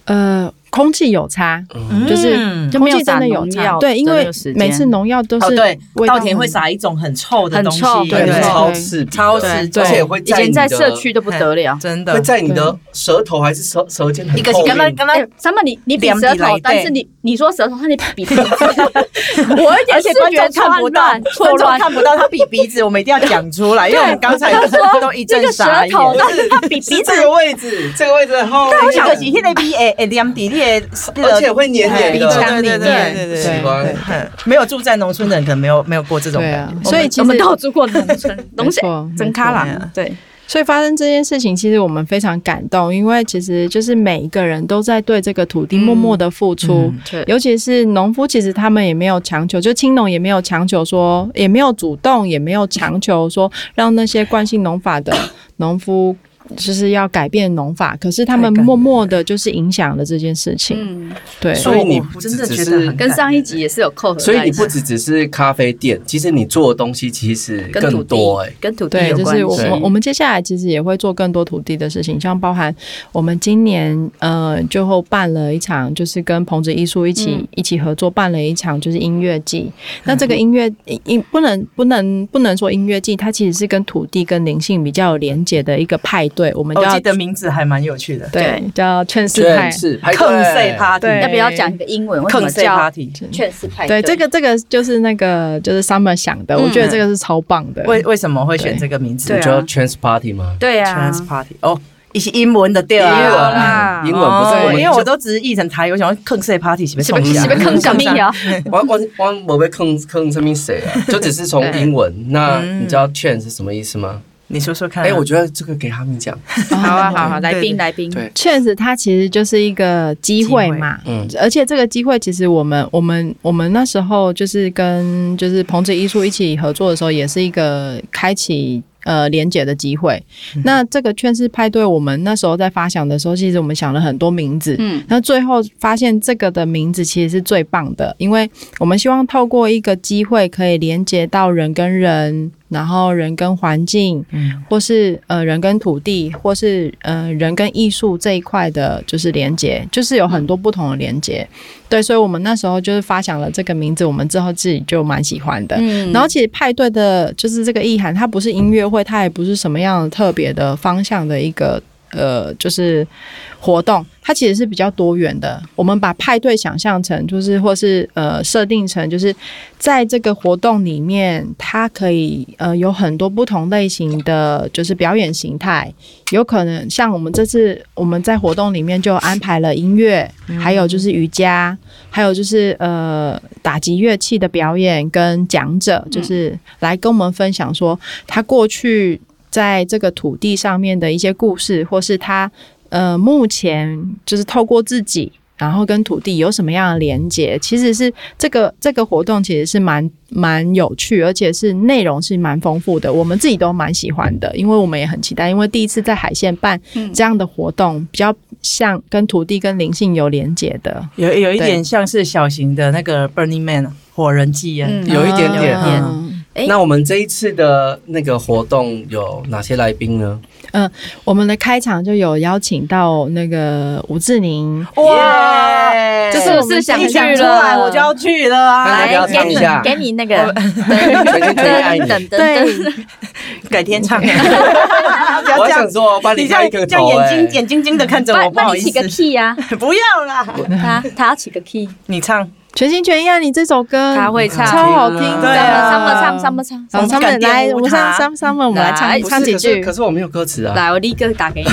S4: 呃，空气有差，
S2: 嗯
S4: 就是
S1: 就
S4: 空
S1: 没有
S4: 气真的
S1: 撒
S4: 有
S1: 农
S4: 差，
S1: 药
S4: 对，因
S1: 的那
S4: 为
S1: 个时
S4: 每次
S1: 间
S4: 农药都
S2: 哦
S4: 是
S2: 对，
S4: 味道
S2: 稻田会
S4: 很
S2: 撒一种很臭的
S1: 很
S2: 东西，
S1: 臭
S2: 对
S1: 对
S2: 对
S1: 对
S3: 超市比的，
S2: 超市
S1: 对
S3: 而且会
S1: 以
S3: 在
S1: 前
S3: 你
S1: 在
S3: 的
S1: 社区都不得了。
S2: 真
S3: 会
S2: 的。
S3: 在你的舌头还是舌舌尖很
S2: 一个是嗯
S3: 后
S2: 刚刚
S3: 面
S2: 刚
S1: 哎
S2: 刚，，
S1: 三妹，你你比
S2: 两
S1: 舌
S2: 比来
S1: 头
S2: 一，
S1: 但是
S2: 对
S1: 你你说舌头，那你 比鼻子，我有点
S2: 而且
S1: 视
S2: 观
S1: 觉
S2: 众看不到，
S1: 乱错
S2: 观众
S1: 乱。
S2: 看不到他比鼻子，我们一定要讲 出来，因为我们刚才
S1: 他说
S2: 都一
S1: 这
S2: 阵
S1: 个舌
S2: 傻眼。
S1: 头，但是它 比
S3: 是
S1: 鼻子
S3: 这个位置，这个位置很后面，
S2: 我想的是那个鼻诶诶两鼻裂，
S3: 而且会黏黏的
S2: 鼻腔里面，
S4: 对
S2: 对
S3: 喜
S2: 对
S3: 欢
S4: 对
S2: 对，没有住在农村的人可能没有没有过这种
S4: 对
S2: 感
S4: 啊
S2: 觉。，
S4: 所以其
S1: 我们
S4: 实
S1: 到处过 农村，农村
S4: 没错没
S1: 真卡
S2: 没
S1: 啦
S2: 错，
S1: 对，
S4: 所以发生这件事情，其实我们非常感动，因为其实就是每一个人都在对这个土地默默的付出。
S2: 嗯
S1: 对
S4: 尤其是农夫，其实他们也没有强求，就青农也没有强求说，也没有主动，也没有强求说让那些惯性农法的 农夫就是要改变农法，可是他们
S2: 太感人
S4: 默默的就是影响了这件事情。
S1: 嗯，
S4: 对，
S3: 所以你不
S2: 我
S3: 只
S2: 真的
S3: 只
S2: 觉得
S3: 是
S2: 很
S1: 跟上一集也是有扣合在
S3: 所
S1: 一
S3: 以
S1: 起，
S3: 你不只只是咖啡店，其实你做的东西其实
S1: 跟土
S3: 更
S1: 地
S3: 多哎、
S1: 跟土地
S4: 对，
S1: 有
S4: 就
S1: 关
S4: 是
S1: 系。
S4: 我们我们接下来其实也会做更多土地的事情，像包含我们今年呃最后办了一场，就是跟棚子艺术一起、
S1: 嗯
S4: 一起合作办了一场就是音乐季。那这个音乐音不能不能不能说音乐季，它其实是跟土地跟灵性比较有连结的一个派对，我们
S2: 我
S1: 哦
S4: 叫
S2: 哦记得名字还蛮有趣的，
S4: 对叫劝世派
S3: 全。是排
S2: 坑
S3: 队
S2: 塞 party，
S4: 对
S1: 要不要讲一个英文？为什
S2: 坑
S1: 么
S2: 塞
S1: 叫
S2: party，
S1: 确实派
S4: 对，这个这个就是那个就是 Summer 想的，我觉得这个是超棒的。
S2: 为为什么会选这个名字
S1: 对
S3: 你
S1: 啊
S3: 知道 trans party 吗？
S1: 对啊，
S2: ？Trans party，哦，一些英文的对啊，
S1: 英文
S2: 啊
S1: 啦
S3: 英文不是
S2: 哦
S3: 我们
S2: 因为我都只是译成台语，我想说坑塞 party 是不
S1: 是
S2: 是
S1: 不是
S2: 这样
S1: 不是坑小命？呀？
S3: 我我我我被坑坑上面谁啊？就只是从
S1: 对
S3: 英文。那
S2: 嗯
S3: 你知道 “chain” 是什么意思吗？
S2: 你说说看啊。
S3: 哎、我觉得这个给他们讲。
S1: 好 啊，好好，来
S2: 对
S1: 宾来宾，
S3: 对，
S4: 确实，它其实就是一个机会嘛。
S3: 嗯，
S4: 而且这个机会，其实我们我们我们那时候就是跟就是棚子艺术一起合作的时候，也是一个开启呃连结的机会。那这个劝世派对，我们那时候在发想的时候，其实我们想了很多名字。
S1: 嗯，
S4: 那最后发现这个的名字其实是最棒的，因为我们希望透过一个机会可以连接到人跟人，然后人跟环境，
S2: 嗯
S4: 或是呃人跟土地，或是呃人跟艺术这一块的，就是连接，就是有很多不同的连接。对，所以我们那时候就是发想了这个名字，我们之后自己就蛮喜欢的。
S1: 嗯
S4: 然后其实派对的，就是这个意涵，它不是音乐会，它也不是什么样的特别的方向的一个呃，就是活动，它其实是比较多元的。我们把派对想象成，就是或是呃设定成，就是在这个活动里面，它可以呃有很多不同类型的就是表演形态，有可能像我们这次我们在活动里面就安排了音乐，还有就是瑜伽，还有就是呃打击乐器的表演跟讲者，就是来跟我们分享说他过去在这个土地上面的一些故事，或是他呃目前就是透过自己。然后跟土地有什么样的连接？其实是这个这个活动其实是蛮蛮有趣，而且是内容是蛮丰富的，我们自己都蛮喜欢的，因为我们也很期待，因为第一次在海线办
S1: 嗯
S4: 这样的活动，比较像跟土地跟灵性有连接的。
S2: 有有一
S4: 对
S2: 点像是小型的那个 Burning Man 火人祭啊，
S1: 嗯
S3: 有一点点
S4: 嗯
S1: 诶
S3: 那我们这一次的那个活动有哪些来宾呢？
S4: 我们的开场就有邀请到那个吴志宁，
S2: 哇
S1: 这
S4: 是我们
S1: 想
S2: 一
S1: 去
S2: 讲出来
S1: 了
S2: 我就要去了啊！
S3: 大家不要
S1: 来给
S3: 唱一
S1: 你
S3: 下
S1: 给你那个
S3: 全心全意爱你。
S1: 等等
S4: 对，
S2: 改天 唱，不要
S3: 我
S2: 这
S3: 想
S2: 样，
S3: 说，把你
S2: 你这
S3: 开
S2: 样
S3: 一个
S2: 这样
S3: 头、
S2: 眼
S3: 欸，
S2: 睛眼睛睛的看着我，
S1: 帮
S2: 不
S1: 帮
S2: 好
S1: 你
S2: 意
S1: 起
S2: 思
S1: 个，key 呀，
S2: 不要啦，
S1: 他他要起个 key，
S2: 你唱，
S4: 全心全意爱你这首歌，
S1: 他会唱。
S4: 超好听
S2: 对
S4: 的。
S2: 啊
S1: 上面上面上面上面上
S2: 我
S4: 好，他
S2: 们
S4: 们
S2: 敢
S4: 来，
S2: 玷污
S4: 我们上
S2: 他
S4: 上上面，我们来
S1: 来
S4: 唱
S3: 不是
S4: 唱几
S3: 可是
S4: 句
S3: 可。是我没有歌词啊。
S1: 来，我立刻打给你。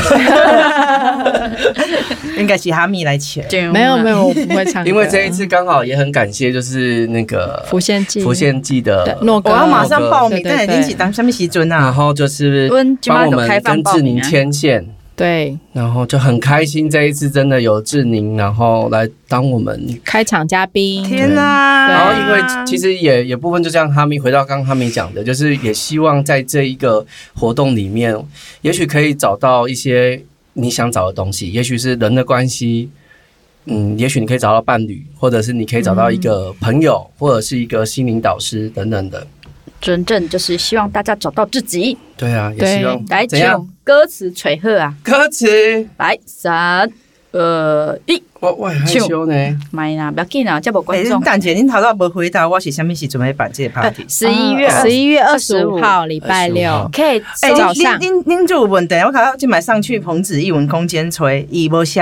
S2: 应该是哈密来起来。
S4: 没有没有，我不会唱 歌。
S3: 因为这一次刚好也很感谢，就是那个
S4: 浮现记
S3: 浮现记
S4: 对
S3: 的
S4: 诺
S2: 我
S4: 哥
S2: 要马上报
S4: 对
S2: 名，
S4: 对
S2: 但已经
S4: 对
S2: 几当什么时准
S3: 然
S2: 啊？
S3: 后就是
S1: 温今晚
S3: 帮
S1: 有
S3: 我们
S1: 开放
S3: 跟
S1: 报
S3: 志
S1: 名
S3: 宁
S1: 啊
S3: 牵线，
S4: 对
S3: 然后就很开心，这一次真的有志宁，然后来当我
S1: 啊
S3: 们。
S4: 开场嘉宾，
S2: 天啊哪！
S4: 对
S3: 然后，因为其实也也部分就像哈米回到刚刚哈米讲的，就是也希望在这一个活动里面，也许可以找到一些你想找的东西，也许是人的关系，嗯，也许你可以找到伴侣，或者是你可以找到一个朋友，
S1: 嗯
S3: 或者是一个心灵导师等等的。
S1: 真正就是希望大家找到自己。
S3: 对啊，也
S4: 对
S3: 希望
S1: 来，
S3: 怎
S1: 这
S3: 样
S1: 种歌词锤喝啊！
S3: 歌词，
S1: 来，三、二、一，
S3: 我我很害羞呢。
S1: 买啦，不要紧啊，叫我观
S2: 哎
S1: 众。
S2: 蛋姐，您头到没回答我是什么时准备办这个
S4: 哎
S2: party？
S1: 十一月
S4: 呃十一月二十五
S1: 25
S4: 号礼拜六
S3: 25，
S1: 可以
S2: 哎、
S1: 收
S4: 早
S1: 到
S4: 上
S2: 您您您就有问题，我考今晚上去棚子艺文空间吹，伊无写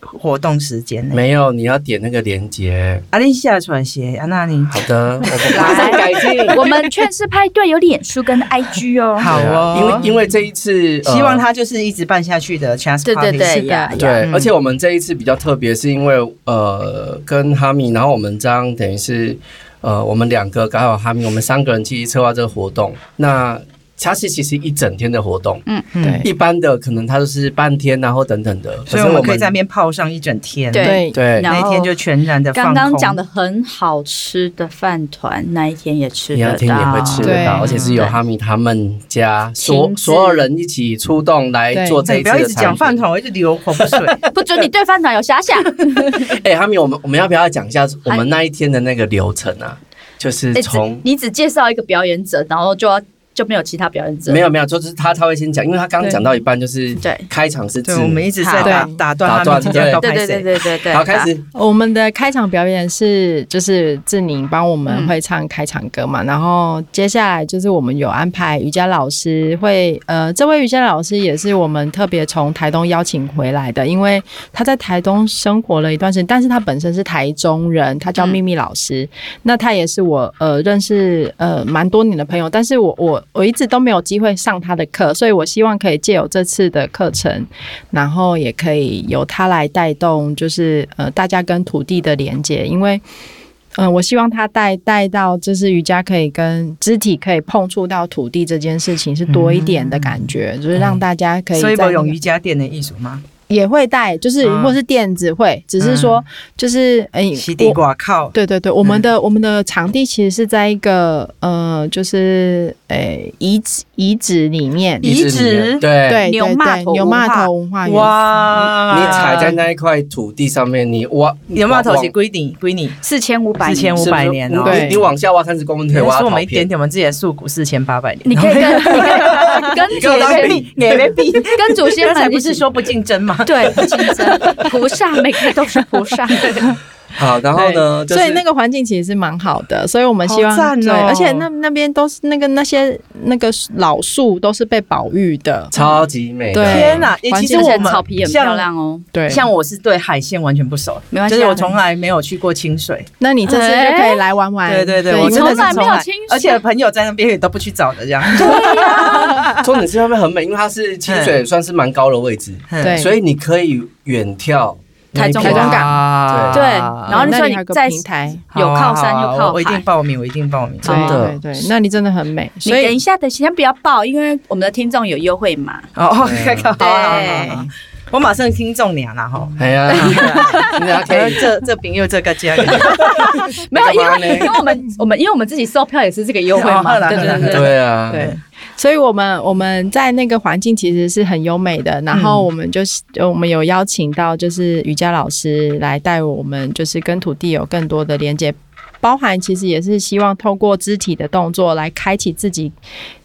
S2: 活动时间呢。
S3: 没有，你要点那个连接。
S2: 啊，恁下传写啊，那你
S3: 好的，我们马
S1: 来
S3: 上改进。
S1: 我们劝世派对有脸书跟 IG 哦。
S2: 好哦，嗯
S3: 对啊因为因呃为这一次，呃
S2: 希望他就是一直办下去的 chance
S1: 对
S2: party
S1: 对对
S2: 是呀
S1: 是的
S3: 对，
S2: 嗯
S3: 而且我们这一次比较特别，是因为呃，跟哈密，然后我们这样等于是呃，我们两个刚好哈密，我们三个人去策划这个活动。那它是其实一整天的活动，
S4: 对
S3: 一般的可能它都是半天然后等等的，
S2: 所以我们可以在那边泡上一整天。
S1: 对
S4: 对
S3: 对。
S1: 然
S2: 那一
S1: 后
S2: 天就全然的
S1: 刚
S2: 放
S1: 刚
S2: 空。
S1: 讲的很好吃的饭团，那一天也吃
S3: 第二
S1: 得
S3: 天也
S1: 到，
S3: 会吃得到，
S4: 对
S3: 而且是由哈密他们家所
S1: 亲自
S3: 所有人一起出动来做这
S2: 对，
S3: 一
S2: 哎不
S3: 次
S2: 要一
S3: 的
S2: 直讲
S3: 产
S2: 饭
S3: 品。
S2: 团，我一直流口 水。
S1: 不准你对饭团有 遐想。
S3: 哎，哈密，我们我们要不要讲一下我们那一天的那个流程啊？就是
S1: 哎只
S3: 从
S1: 你只介绍一个表演者，然后就要就没有其他表演者，
S3: 没有没有，就是他他会先讲，因为他刚刚讲到一半，就是
S1: 对
S3: 开场是字
S2: 对，我们一直在
S1: 好
S2: 打
S4: 对
S2: 打断
S3: 打
S2: 他
S3: 断
S2: 们，这
S3: 对
S2: 样
S1: 对对对对对对，
S3: 好开始，
S4: 我们的开场表演是就是志宁帮我们会唱开场歌嘛，然后接下来就是我们有安排瑜伽老师会，呃，这位瑜伽老师也是我们特别从台东邀请回来的，因为他在台东生活了一段时间，但是他本身是台中人，他叫
S1: 嗯
S4: 秘密老师，那他也是我呃认识呃蛮多年的朋友，但是我我我一直都没有机会上他的课，所以我希望可以借由这次的课程，然后也可以由他来带动，就是呃大家跟土地的连接，因为。嗯，我希望他带带到，就是瑜伽可以跟肢体可以碰触到土地这件事情是多一点的感觉，就是让大家可以
S2: 所以
S4: 在
S2: 我
S4: 那
S2: 用
S4: 个
S2: 瑜伽垫的艺术吗？
S4: 也会带，就是
S2: 啊
S4: 或是电子会，只是说就是
S1: 嗯
S4: 哎，
S2: 洗地
S4: 我
S2: 瓜靠，
S4: 对对对，我们的、我们的场地其实是在一个呃，就是诶遗址遗址里面，
S2: 遗
S3: 址里面
S2: 址
S3: 对。
S4: 对
S1: 牛
S4: 对
S1: 码
S4: 对
S1: 头
S4: 牛
S1: 文化
S4: 码头文化园。
S2: 哇！
S3: 你踩在那一块土地上面，你挖
S2: 你的码头是
S3: 往
S2: 归你归你，
S1: 四千五百
S2: 四
S1: 年。
S2: 千五
S3: 是不
S2: 百
S3: 是
S2: 年哎
S3: 你
S2: 哦。
S4: 对
S3: 你往下挖三十公分，可以挖
S2: 说
S3: 到
S2: 我
S3: 陶
S2: 们一点
S3: 片。
S2: 点，我们之前素骨四千八百年。
S1: 你可以跟你可以跟
S3: 你给我
S1: 祖
S3: 当
S1: 先
S3: 兵
S2: 也没比，
S1: 跟祖先
S2: 刚才
S1: 们
S2: 不
S1: 一
S2: 是
S1: 起
S2: 说不竞争吗？
S1: 对不竞 争菩萨，每个都是菩萨。
S3: 好，然后呢，就是
S2: 嗯
S4: 所以那个环境其实是蛮好的，所以我们希望
S2: 好赞哦
S4: 对，而且那那边都是那个那些那个老树都是被保育的，
S3: 超级美的，
S4: 对
S2: 天哪！
S4: 环
S2: 其
S4: 境
S1: 而
S2: 实我
S1: 且
S2: 们
S1: 草皮很漂亮哦，
S4: 对
S2: 像。像我是对海鲜完全不熟，
S1: 没关系啊
S2: 就是我从来没有去过清水。
S4: 那你这次就可以来玩玩，
S2: 哎对对对，我
S4: 因为
S2: 真
S1: 从
S2: 的
S4: 那
S2: 是
S4: 是
S1: 来没有清水
S2: 而且朋友在那边也都不去找的这样。
S3: 重点是那边很美，因为它是清水算是蛮高的位置，
S4: 对
S3: 所以你可以远眺
S1: 台中
S3: 那一片
S1: 台中港
S2: 港
S1: 对然后你
S4: 那
S1: 说
S4: 里
S1: 你
S4: 还有个
S1: 在
S4: 平台，
S1: 有靠山又靠海
S2: 我一定报名，我一定报名。
S4: 对
S1: 真
S3: 的
S4: 对对，那里真的很美，
S1: 你
S4: 所
S1: 等一
S4: 以
S1: 下，等一下不要报，因为我们的听众有优惠码。
S2: 哦，好好好好好
S1: 对，
S2: 我马上听中你啊，然后。
S3: 哎呀，你俩可以
S2: 这这朋友这个家，
S1: 没有，因
S3: 干嘛呢
S1: 为因为我们我们因为我们自己售票也是这个优惠
S2: 哦好
S1: 嘛，
S2: 啦
S1: 对
S2: 好啦
S1: 对对对。
S3: 对啊，
S4: 对，所以我们我们在那个环境其实是很优美的，然
S2: 嗯
S4: 后我们就是、呃我们有邀请到就是瑜伽老师来带我们，就是跟土地有更多的连接。包含其实也是希望透过肢体的动作来开启自己。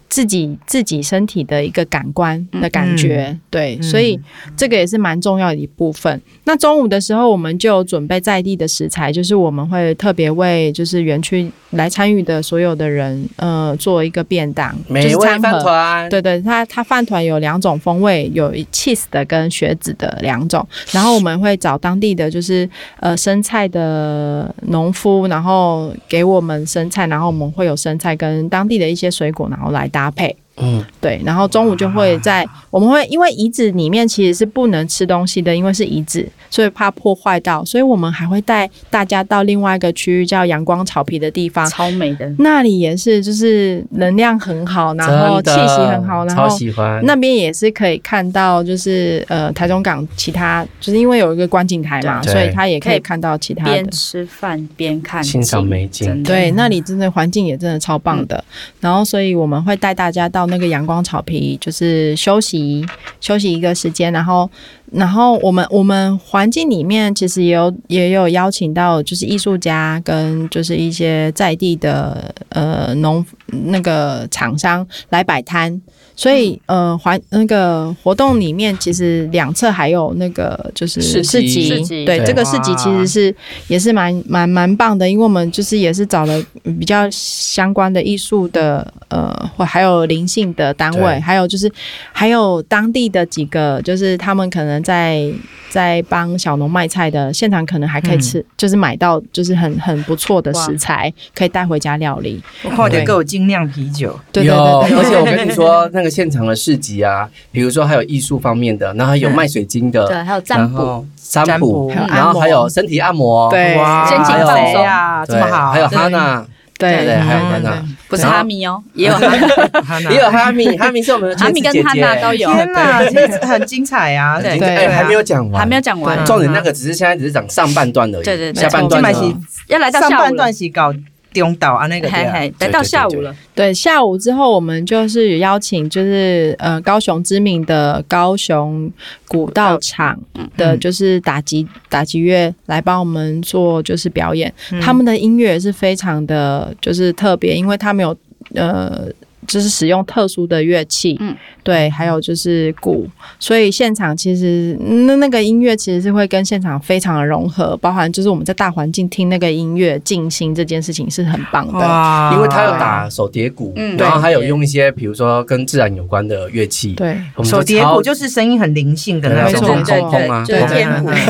S4: 自己自己身体的一个感官的感觉，
S2: 嗯
S4: 对，
S2: 嗯
S4: 所以这个也是蛮重要的一部分。那中午的时候，我们就有准备在地的食材，就是我们会特别为就是园区来参与的所有的人，呃，做一个便当，
S3: 美
S4: 就是
S3: 味
S4: 餐
S3: 饭
S4: 盒。
S3: 团，
S4: 对对，它它饭团有两种风味，有 cheese 的跟血脂的两种。然后我们会找当地的就是呃生菜的农夫，然后给我们生菜，然后我们会有生菜跟当地的一些水果，然后来搭配。
S3: 嗯，
S4: 对，然后中午就
S3: 啊
S4: 会在我们会因为遗址里面其实是不能吃东西的，因为是遗址，所以怕破坏到，所以我们还会带大家到另外一个区域叫阳光草皮的地方。
S1: 超美的。
S4: 那里也是，就是能量很好，然后气
S3: 真的
S4: 息很好，然
S3: 超
S4: 后
S3: 喜欢。
S4: 那边也是可以看到，就是呃台中港其他，就是因为有一个观景台嘛，
S3: 对
S4: 所以它也可
S1: 可
S4: 以
S1: 以
S4: 看到其他的
S1: 边。吃饭边看
S3: 欣赏美景
S1: 真的
S4: 嗯对，那里真的环境也真的超棒的。然后，所以我们会带大家到那个阳光草皮，就是休息休息一个时间。然后，然后我们我们环境里面其实也有也有邀请到就是艺术家跟就是一些在地的呃农那个厂商来摆摊。所以，
S3: 嗯
S4: 呃，环那个活动里面，其实两侧还有那个就是
S3: 市集
S1: 市集
S4: 对
S3: 对
S4: 这个市集其实是也是蛮蛮蛮棒的，因为我们就是也是找了比较相关的艺术的，呃，或还有灵性的单位，
S3: 对
S4: 还有就是还有当地的几个，就是他们可能在在帮小农卖菜的，现场可能还可以吃，就是买到就是很很不错的食材，可以带回家料理。
S2: 我看
S3: 对
S2: 得够精酿啤酒，
S4: 对对
S3: 有，
S4: 对对
S3: 而且我跟你说，那个现场的市集啊，比如说还有艺术方面的，然后还有卖水晶的，
S1: 对，还有占
S3: 然
S1: 卜，
S3: 后占
S2: 占
S3: 卜，嗯
S2: 卜
S4: 还有
S3: 然
S4: 按
S3: 后
S4: 摩
S3: 还有身体按摩，
S4: 对
S1: 心情放松
S2: 啊，这
S3: 对，
S2: 么好，
S3: 还有
S4: 对
S3: 哈娜，
S4: 对
S3: 对，还有
S2: 嗯
S3: 哈娜
S4: 对，
S1: 不是
S3: 然后
S1: 哈密哦， 也有哈密，
S2: 哈 娜
S3: 也有哈密，哈密是我们的
S1: 哈密
S3: 圈子姐
S1: 跟哈
S3: 姐
S1: 娜都有，
S2: 天哪，这个很精彩 啊！
S1: 对
S3: 对，
S4: 对
S3: 哎，
S2: 啊
S3: 还没有讲完，
S1: 还没有讲完
S4: 对，
S3: 重点那个只是现在只是讲上半段而已，
S1: 对对对
S3: 下半段
S2: 这
S3: 呢
S2: 摆是
S1: 要来到
S2: 上
S1: 下
S2: 半
S1: 午了
S2: 段，是搞中岛啊那个
S1: 嘿
S2: 对
S1: 嘿，来到下午
S3: 对对对对
S1: 了，
S4: 对，下午之后我们就是有邀请，就是呃高雄知名的高雄古道场
S2: 嗯
S4: 的，就是打击打击乐来帮我们做就是表演。
S2: 嗯
S4: 他们的音乐也是非常的就是特别，因为他们有呃。就是使用特殊的乐器，
S1: 嗯
S4: 对，还有就是鼓，所以现场其实那那个音乐其实是会跟现场非常的融合，包含就是我们在大环境听那个音乐静心这件事情是很棒的，
S2: 哇
S3: 因为他有
S2: 啊
S3: 打手碟鼓
S1: 嗯，
S3: 然后
S1: 对
S3: 还有用一些比如说跟自然有关的乐器，
S4: 对。
S3: 我们都
S2: 手碟
S3: 超
S2: 鼓，就是声音很灵性的
S3: 对
S2: 那
S3: 没
S2: 种，
S3: 错
S1: 对对
S3: 砰砰啊
S1: 对，就是
S3: 砰
S2: 砰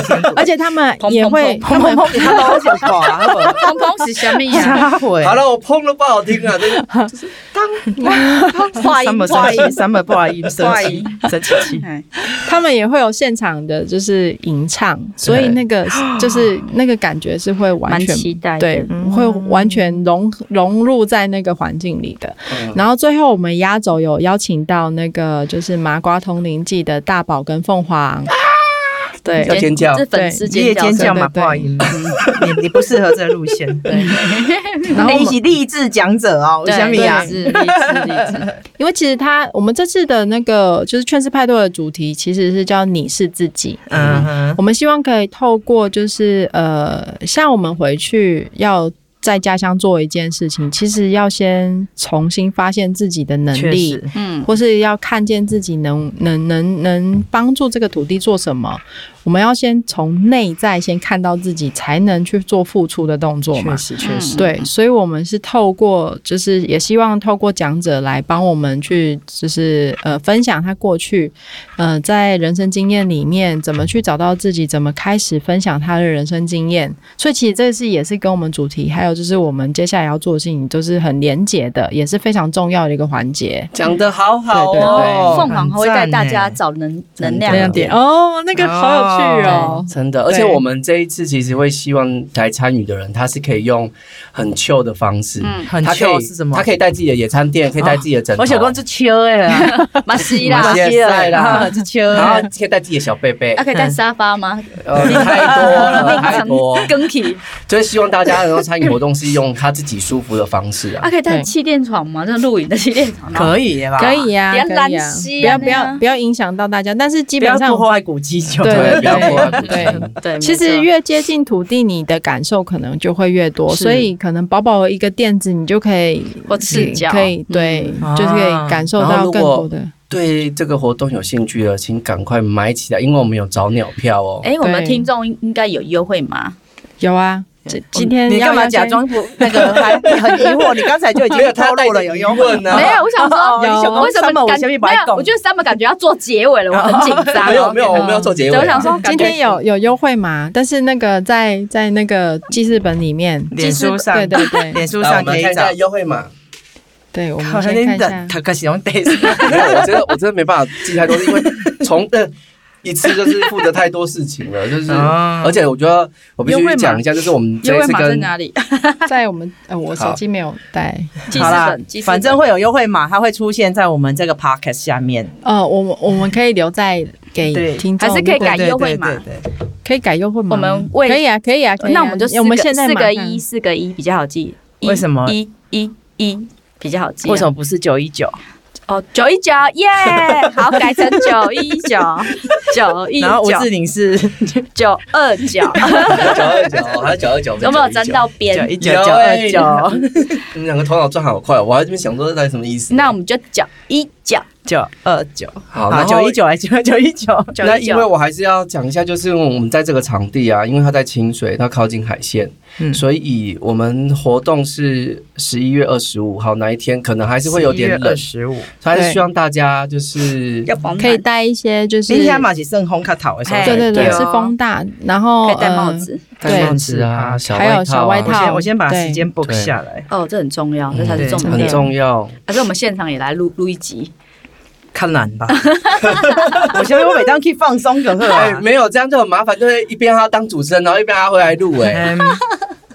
S1: 天鼓，
S4: 而且他们
S1: 砰
S4: 也
S1: 砰
S4: 会，
S1: 砰
S4: 他们
S2: 砰他老是搞啊，他不
S1: 砰砰是什么呀？
S2: 他会
S3: 好，了，我碰了不好听啊，真的。
S1: 话音话音，
S2: 三本破音，生气生气气，
S1: 哎
S4: 他们也会有现场的，就是吟唱，所以那个就是那个感觉是会完
S1: 蛮
S4: 全
S1: 期待的
S4: 对，会完全融融入在那个环境里的。然后最后我们压轴有邀请到那个就是麻瓜通灵记的大宝跟凤凰，对
S3: 要尖叫
S1: 这粉丝
S2: 你
S1: 尖
S2: 也
S1: 叫
S2: 尖
S1: 声，
S2: 叫嘛，
S4: 对对对
S2: 破音，你你不适合这路线。
S4: 对，然
S2: 然后
S4: 后我
S2: 一
S4: 们
S2: 起励志讲者哦，
S1: 对
S2: 小米啊
S1: 励，志励志励志，
S4: 因为其实他我们这次的那个就是劝世派对的主题其实是叫你是自己，
S2: 嗯哼，
S4: 我们希望可以透过就是呃，像我们回去要在家乡做一件事情，其实要先重新发现自己的能
S2: 确
S4: 力
S2: 实，，
S1: 嗯，
S4: 或是要看见自己能能能能帮助这个土地做什么。我们要先从内在先看到自己，才能去做付出的动作嘛
S2: 确。实，确实，
S4: 对，所以我们是透过，就是也希望透过讲者来帮我们去，就是呃分享他过去，呃在人生经验里面怎么去找到自己，怎么开始分享他的人生经验。所以其实这是也是跟我们主题，还有就是我们接下来要做的事情都是很连结的，也是非常重要的一个环节。
S3: 讲的好好
S4: 对对
S3: 哦
S4: 对，
S1: 凤凰还会带大家
S2: 很赞欸
S1: 找能
S3: 真的这
S1: 能量
S3: 样点
S4: 哦，那个好有趣哦，
S3: 真的，而且
S4: 对
S3: 我们这一次其实会希望来参与的人，他是可以用很 chill 的方式，
S1: 嗯
S2: 很
S3: 他可
S2: chill
S3: 以
S2: 是什么
S3: 他可以带自己的野餐垫，可以带自己的枕头，
S2: 我想讲这秋哎啦，
S1: 马西
S3: 马
S1: 啦
S3: 西，
S2: 哎啦，这秋
S3: 然后可以带自己的小贝贝
S1: 啊，，可以带沙发吗？
S3: 呃，太多了，太多，
S1: 更体
S3: 就是希望大家能够参与活动是用他自己舒服的方式啊
S1: 啊，。可以带
S4: 对
S1: 气垫床吗？就是露营的气垫床，
S2: 可以的吧？
S4: 可以呀、
S1: 不要
S4: 可以
S1: 懒
S4: 呀、
S1: 兮
S4: 不要
S1: 啊
S4: 不要
S1: 那样
S4: 不要影响到大家，但是基
S2: 不
S4: 本
S2: 要
S4: 上
S2: 破坏古迹就
S4: 对
S3: 对不要破坏土
S4: 对
S3: 地。
S1: 对，
S4: 其
S1: 没
S4: 实
S1: 错
S4: 越接近土地，你的感受可能就会越多，
S1: 是
S4: 所以可能薄薄一个垫子，你就可以嗯
S1: 或赤脚
S4: 可以对，
S1: 嗯
S4: 就是可以感受
S3: 然后
S4: 到
S3: 如
S4: 更
S3: 果
S4: 多的。
S3: 对这个活动有兴趣的，请赶快买起来，因为我们有早鸟票哦。
S1: 哎，我们
S4: 对
S1: 听众应应该有优惠吗？
S4: 有啊，
S1: 嗯
S4: 这今天
S2: 你
S4: 要
S2: 干嘛
S4: 要
S2: 假
S4: 先
S2: 装不那个还很疑惑？你刚才 就已经透露了有用
S3: 问呢
S1: 没有，我想
S2: 哦
S1: 说
S2: 你想说
S1: 为什
S2: 三本
S1: 么
S2: 我
S1: 感
S2: 前
S1: 没
S2: 面不爱
S1: 有？
S2: 讲
S1: 我觉得 Summer 感觉要做结尾了，我很紧张。
S3: 没有
S2: 哦
S3: 没有，我们要做结尾
S1: 对，
S3: 啊。
S1: 我想说
S4: 今天有有优惠嘛？但是那个在在那个记事本里面，
S2: 脸书上，
S4: 对对对
S2: 脸书
S3: 来，
S2: 上
S3: 我
S2: 可
S3: 们
S2: 以
S3: 看一
S2: 找
S3: 下。优惠码。
S4: 对，我
S2: 好
S4: 们
S2: 像
S4: 先看一
S2: 的，
S4: 下。
S2: 他可使用 days，
S3: 没有，我真的我真的没办法记太多，因为 从呃一次就是负责太多事情了，就是。
S2: 啊
S3: 而且我觉得我必须讲一下，就是我们这
S1: 优
S3: 一
S1: 惠
S3: 次
S1: 码在
S3: 跟
S1: 哪里？
S4: 在我们呃，我手机没有带。
S1: 记事
S2: 好啦
S1: 本，记，事
S2: 反正
S1: 本
S2: 会有优惠码，它会出现在我们这个 podcast 下面，
S4: 呃，我们我们可以留在
S2: 对
S4: 给听众，
S1: 还是可以改
S2: 对
S1: 优惠码
S2: 对对对
S4: 可以改优惠吗？
S1: 我们为
S4: 可以啊，可以啊，可以啊
S1: 那我们就四个
S4: 我们现在
S1: 四
S4: 马
S1: 个
S4: 上
S1: 一，四个一比较好记。一
S2: 为什么
S1: 一一一比较好记啊？
S2: 对为什么不是九一九？
S1: 哦，九一九， 耶！好，改成九一九，九一
S2: 然后吴
S1: 九
S2: 志，玲是
S1: 九二 九，
S3: 九二九，还有九二九，
S1: 有没有沾到？
S2: 九哎
S1: 边
S2: 一？九九
S3: 哎
S2: 二九
S3: 你们两个头脑转好快，我还在这边想说这到底什么意思。
S1: 那我们就九一九，
S2: 九二九，
S3: 好，
S2: 好
S3: 然
S2: 九
S3: 后
S2: 一九还九九一九，
S1: 九
S3: 那
S1: 一
S3: 因为
S1: 九。
S3: 我还是要讲一下，就是我们在这个场地啊，因为它在清水，它靠近海线，
S2: 嗯
S3: 所以我们活动是十一月二十五号那一天，可能还是会有点冷
S2: 二，十五。
S3: 所以还是
S4: 对
S3: 希望大家就是
S1: 要防
S4: 可以带一些就是
S2: 今天嘛是圣红卡头的时候
S1: 嘿
S4: 对对对，
S3: 对
S4: 是风大，然后
S1: 可以戴
S4: 呃
S1: 帽子
S3: 戴帽
S4: 对
S3: 子啊，小
S4: 还有小
S3: 外
S4: 外
S3: 套
S2: 我
S3: 啊
S4: 套
S2: 先我先把
S4: 对
S2: 时间 book
S3: 对
S2: 下来，
S1: 哦，这很重要，这才是
S2: 对
S1: 重
S2: 嗯
S3: 很
S1: 点。
S3: 重要。
S1: 还是我们现场也来录录一集，
S2: 看懒吧。我现在我每当去放松个
S1: 啊
S3: 哎、
S2: 呵，
S3: 没有这样就很麻烦，就是一边他当主持人，然后一边他回来录、哎，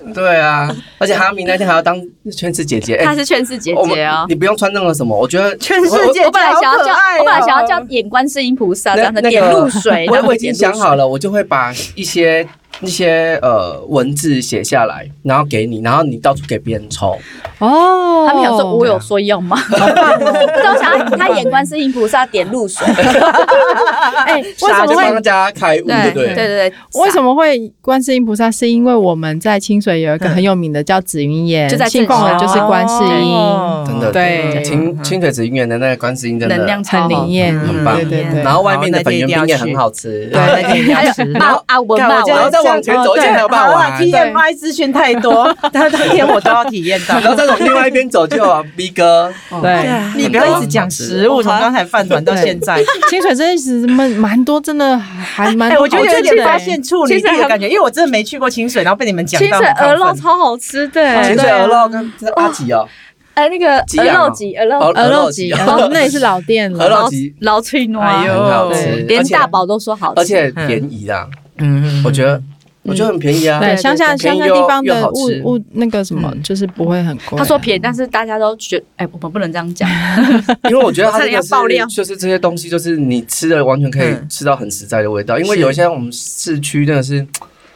S2: 嗯
S3: 对啊，而且哈明那天还要当圈子姐姐，哎、
S1: 她是劝世姐
S3: 我
S1: 姐哦
S3: 们。你不用穿任何什么，我觉得
S2: 全世界
S1: 我本来想要
S2: 好可
S1: 叫
S2: 爱，哦
S1: 我本来想要叫眼观世音菩萨，这样的
S3: 那
S1: 点
S3: 那个
S1: 露水。
S3: 我
S1: 然后
S3: 我已经
S1: 点露
S3: 想好
S1: 水，
S3: 了，我就会把一些一些呃文字写下来，然后给你，然后你到处给别人抽。
S4: 哦，
S1: 他们想说，我有说用 吗？但我想要他眼观世音菩萨点露水，
S4: 哎，为
S3: 大家
S4: 什么
S3: 就帮
S4: 会
S3: 大家开悟，对
S1: 对
S3: 不
S1: 对
S3: 对？
S1: 对对，
S4: 为什么会观世音菩萨？是因为我们在清水有一个很有名的叫紫云岩，
S1: 就在
S4: 信奉的就是观世音，
S2: 哦
S3: 真的，
S4: 对
S3: 清清水紫云园的那个观世音真的
S1: 嗯能量超
S4: 很
S1: 好
S4: 灵验，
S2: 嗯
S3: 很棒
S4: 对对对。
S3: 然后外面的粉圆
S2: 好
S3: 冰也
S2: 那这一定要
S3: 很好吃。
S2: 对，那天一定
S1: 还
S2: 要
S1: 有
S2: 吃。
S1: 骂阿文
S2: 看
S1: 骂
S2: 我今
S3: 然后
S1: 我
S2: 天，
S3: 再往前走，
S2: 对
S3: 一定还有办
S2: 好
S3: 法
S2: 啦
S3: 玩。
S2: ，TMI 资讯太多，他当天我都要体验 到
S3: 然。后再往另外一边走就有 B 哥，
S4: 对，
S2: 你不要一直讲食物，从刚才饭团到现在，
S4: 清水真的是蛮蛮多，真的还蛮
S2: 哎，
S4: 多好
S2: 我
S4: 吃
S2: 觉
S4: 的。
S2: 得有点发现处女
S1: 其
S2: 地
S1: 实很
S2: 的感觉，因为我真的没去过清水，然后被你们讲
S1: 清
S2: 到
S1: 水
S2: 很
S1: 鹅
S2: 亢
S1: 肉
S2: 奋。
S1: 超好吃的，
S3: 清水鹅肉跟这是阿吉哦，
S1: 哦啊哎那个
S3: 吉
S1: 鹅
S3: 阳
S1: 肉
S3: 哦
S1: 集鹅肉
S3: 鹅
S4: 鹅肉
S3: 集
S4: 集，哦那也是老店
S3: 鹅
S4: 了。
S3: 肉集
S1: 老脆糯
S2: 哎
S1: 啊，
S2: 呦
S3: 很好
S4: 对
S3: 吃，
S1: 连
S3: 而且
S1: 大宝都说好吃，
S3: 而且便宜啦，
S2: 嗯
S3: 我觉得我觉得很便宜啊。
S1: 嗯对
S4: 对，
S1: 对
S4: 乡下
S3: 对
S4: 乡下
S3: 又
S4: 地方
S3: 又
S4: 的
S3: 好
S4: 物
S3: 吃
S4: 物那个什么，
S2: 嗯
S4: 就是不会很贵啊。
S1: 他说便宜，但是大家都觉得哎，我们不能这样讲，
S3: 嗯因为我觉得它这个
S1: 差点要爆料
S3: 是就是这些东西，就是你吃的完全可以
S2: 嗯
S3: 吃到很实在的味道。因为
S2: 是
S3: 有一些我们市区真的是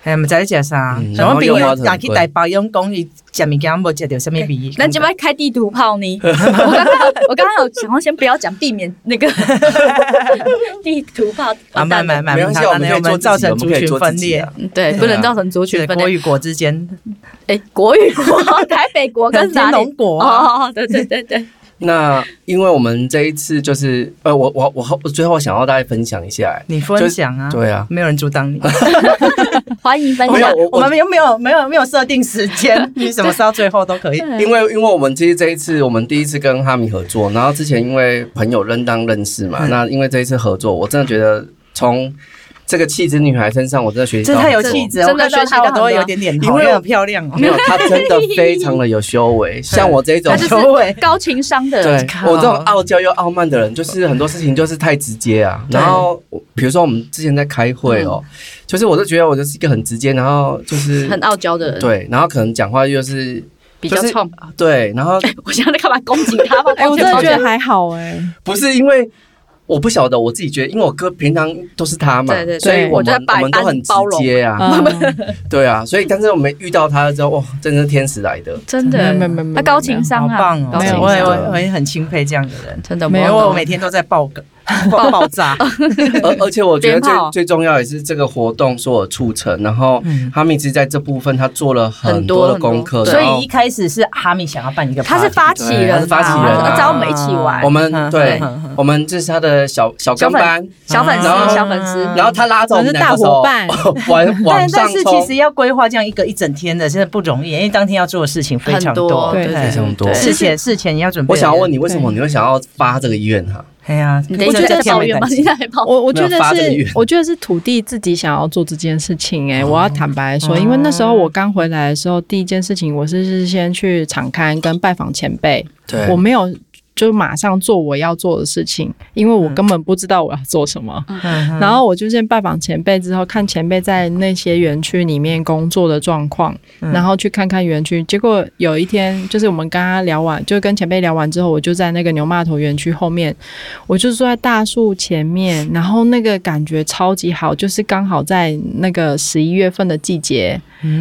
S2: 哎，唔知食啥
S3: 嗯，
S2: 像我朋友人去台北，用讲伊食物件无食到什么味。
S1: 那就不要开地图炮呢。 我刚刚有我刚刚有想要先不要讲，避免 那个地图炮
S2: 啊，
S1: 完
S2: 买
S1: 蛋了
S2: 买买，
S3: 没关系，
S2: 我
S3: 我们可以做
S2: 们
S3: 自己
S2: 造成
S3: 我们
S2: 族
S3: 可以
S2: 群
S3: 做
S2: 分
S3: 自己
S2: 裂
S3: 啊。
S1: 嗯对，不能造成族群
S2: 对
S1: 分
S2: 国
S1: 裂。
S2: 与国之间，
S1: 哎，国与国，台北国跟哪里？
S2: 龙国啊，
S1: 哦，对对对对，
S3: 那因为我们这一次就是呃，我我我我最后想要大家分享一下，哎
S2: 你分享啊，
S3: 对啊，
S2: 没有人阻 挡你。
S1: 欢迎分
S2: 我
S1: 享
S2: 们。我们又没有没有没有设定时间，你什么时候最后都可以。
S3: 因为因为我们其实这一次我们第一次跟哈米合作，然后之前因为朋友认当认识嘛，
S2: 嗯
S3: 那因为这一次合作，我真的觉得从这个气质女孩身上，我真的学习
S2: 这
S3: 到
S2: 太
S3: 很
S2: 有
S3: 多
S2: 气质，
S1: 真的
S2: 我跟学习的都会有点脸
S3: 因
S2: 红，
S3: 为
S2: 因为很漂亮哦。
S3: 没有，她真的非常的有修为，像我这种
S1: 他就。
S2: 有修为
S1: 是高情商的
S3: 对
S1: 人，
S2: 靠
S3: 我这种傲娇又傲慢的人，就是很多事情就是太直接啊。
S2: 对
S3: 然后我比如说我们之前在开会哦，就是我就觉得我就是一个很直接，然后就是
S1: 很傲娇的人，
S3: 对，然后可能讲话又是
S1: 比较
S3: 就是
S1: 冲。
S3: 对，然后
S1: 我现在在干嘛攻击他吗？
S4: 哎，我真的觉得还好哎，
S3: 不是因为我不晓得，我自己觉得，因为我哥平常都是他嘛，
S1: 对对对
S3: 所以我
S1: 我觉
S3: 们
S1: 得百
S3: 我们都
S1: 般
S3: 很直
S1: 包容
S3: 接啊，
S4: 嗯
S3: 对啊，所以但是我们遇到他了之后，哇，真的是天使来的，
S1: 真
S4: 没
S1: 的
S4: 有没有没有没有
S1: 他高情商
S2: 好
S1: 啊，
S2: 棒哦！
S1: 高
S2: 没
S1: 情
S2: 有
S1: 商
S2: 我也
S3: 有
S2: 我也我也很钦佩这样的人，
S1: 真的
S4: 没
S2: 因为
S4: 有
S1: 我
S2: 我
S1: 懂
S2: 每天都在爆梗，爆爆 炸，
S1: 哦
S3: 而而且我觉得
S1: 鞭炮
S3: 最最重要也是这个活动是我促成，然后哈密兹在这部分他做了很多的
S1: 很多
S3: 功课，
S1: 很多
S2: 所
S3: 然后
S2: 以一开始是哈密想要办一个 party，
S1: 哦他是发起
S3: 对他
S1: 人
S3: 是
S1: 啊，
S3: 发起人啊
S1: 他找我们一起玩
S3: 我。们
S2: 嗯
S3: 对
S2: 嗯嗯，
S3: 我们这是他的小小
S1: 小
S3: 跟班
S1: 粉，小粉丝
S3: 然，后
S1: 小粉丝，
S3: 然后他拉着我们
S4: 我是
S3: 两个
S4: 大伙
S3: 手
S4: 伴
S3: 往往
S2: 但但
S3: 上
S2: 是其
S3: 冲
S2: 实，要规划这样一个一整天的，真的不容易，因为当天要做的事情非
S1: 很
S2: 常
S1: 多
S4: 对
S3: 非常多
S1: 对
S2: 事前事前要准备。
S3: 我想要问你，为什么你会想要发这个愿啊哈？
S2: 哎呀，
S1: 你等一下
S4: 我觉得
S1: 在抱怨吗？ 你在抱怨？
S4: 我我觉
S3: 没
S4: 得
S3: 有发这个
S4: 是
S3: 愿，
S4: 我觉得是土地自己想要做这件事情、欸。哎、我要坦白说，因为那时候我刚回来的时候，第一件事情我是是先去场刊跟拜访前辈，
S3: 对
S4: 我没有就马上做我要做的事情，因为我根本不知道我要做什么。
S2: 嗯，
S4: 然后我就先拜访前辈之后，看前辈在那些园区里面工作的状况，然后去看看园区。结果有一天，就是我们跟他聊完，就跟前辈聊完之后，我就在那个牛骂头园区后面，我就坐在大树前面，然后那个感觉超级好，就是刚好在那个十一月份的季节，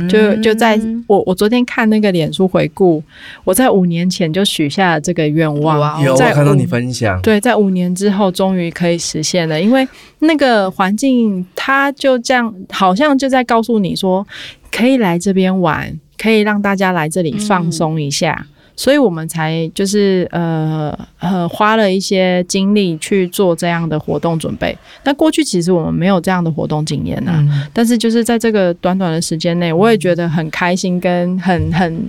S4: 就就在我我昨天看那个脸书回顾，我在五年前就许下了这个愿
S1: 哇哦
S4: 望，
S3: 有我
S4: 在
S3: 看到
S4: 五
S3: 你分享，
S4: 对，在五年之后终于可以实现了，因为那个环境它就这样，好像就在告诉你说，可以来这边玩，可以让大家来这里放松一下。所以我们才就是呃呃花了一些精力去做这样的活动准备。但过去其实我们没有这样的活动经验啊，
S1: 嗯
S4: 但是就是在这个短短的时间内，我也觉得很开心，跟很很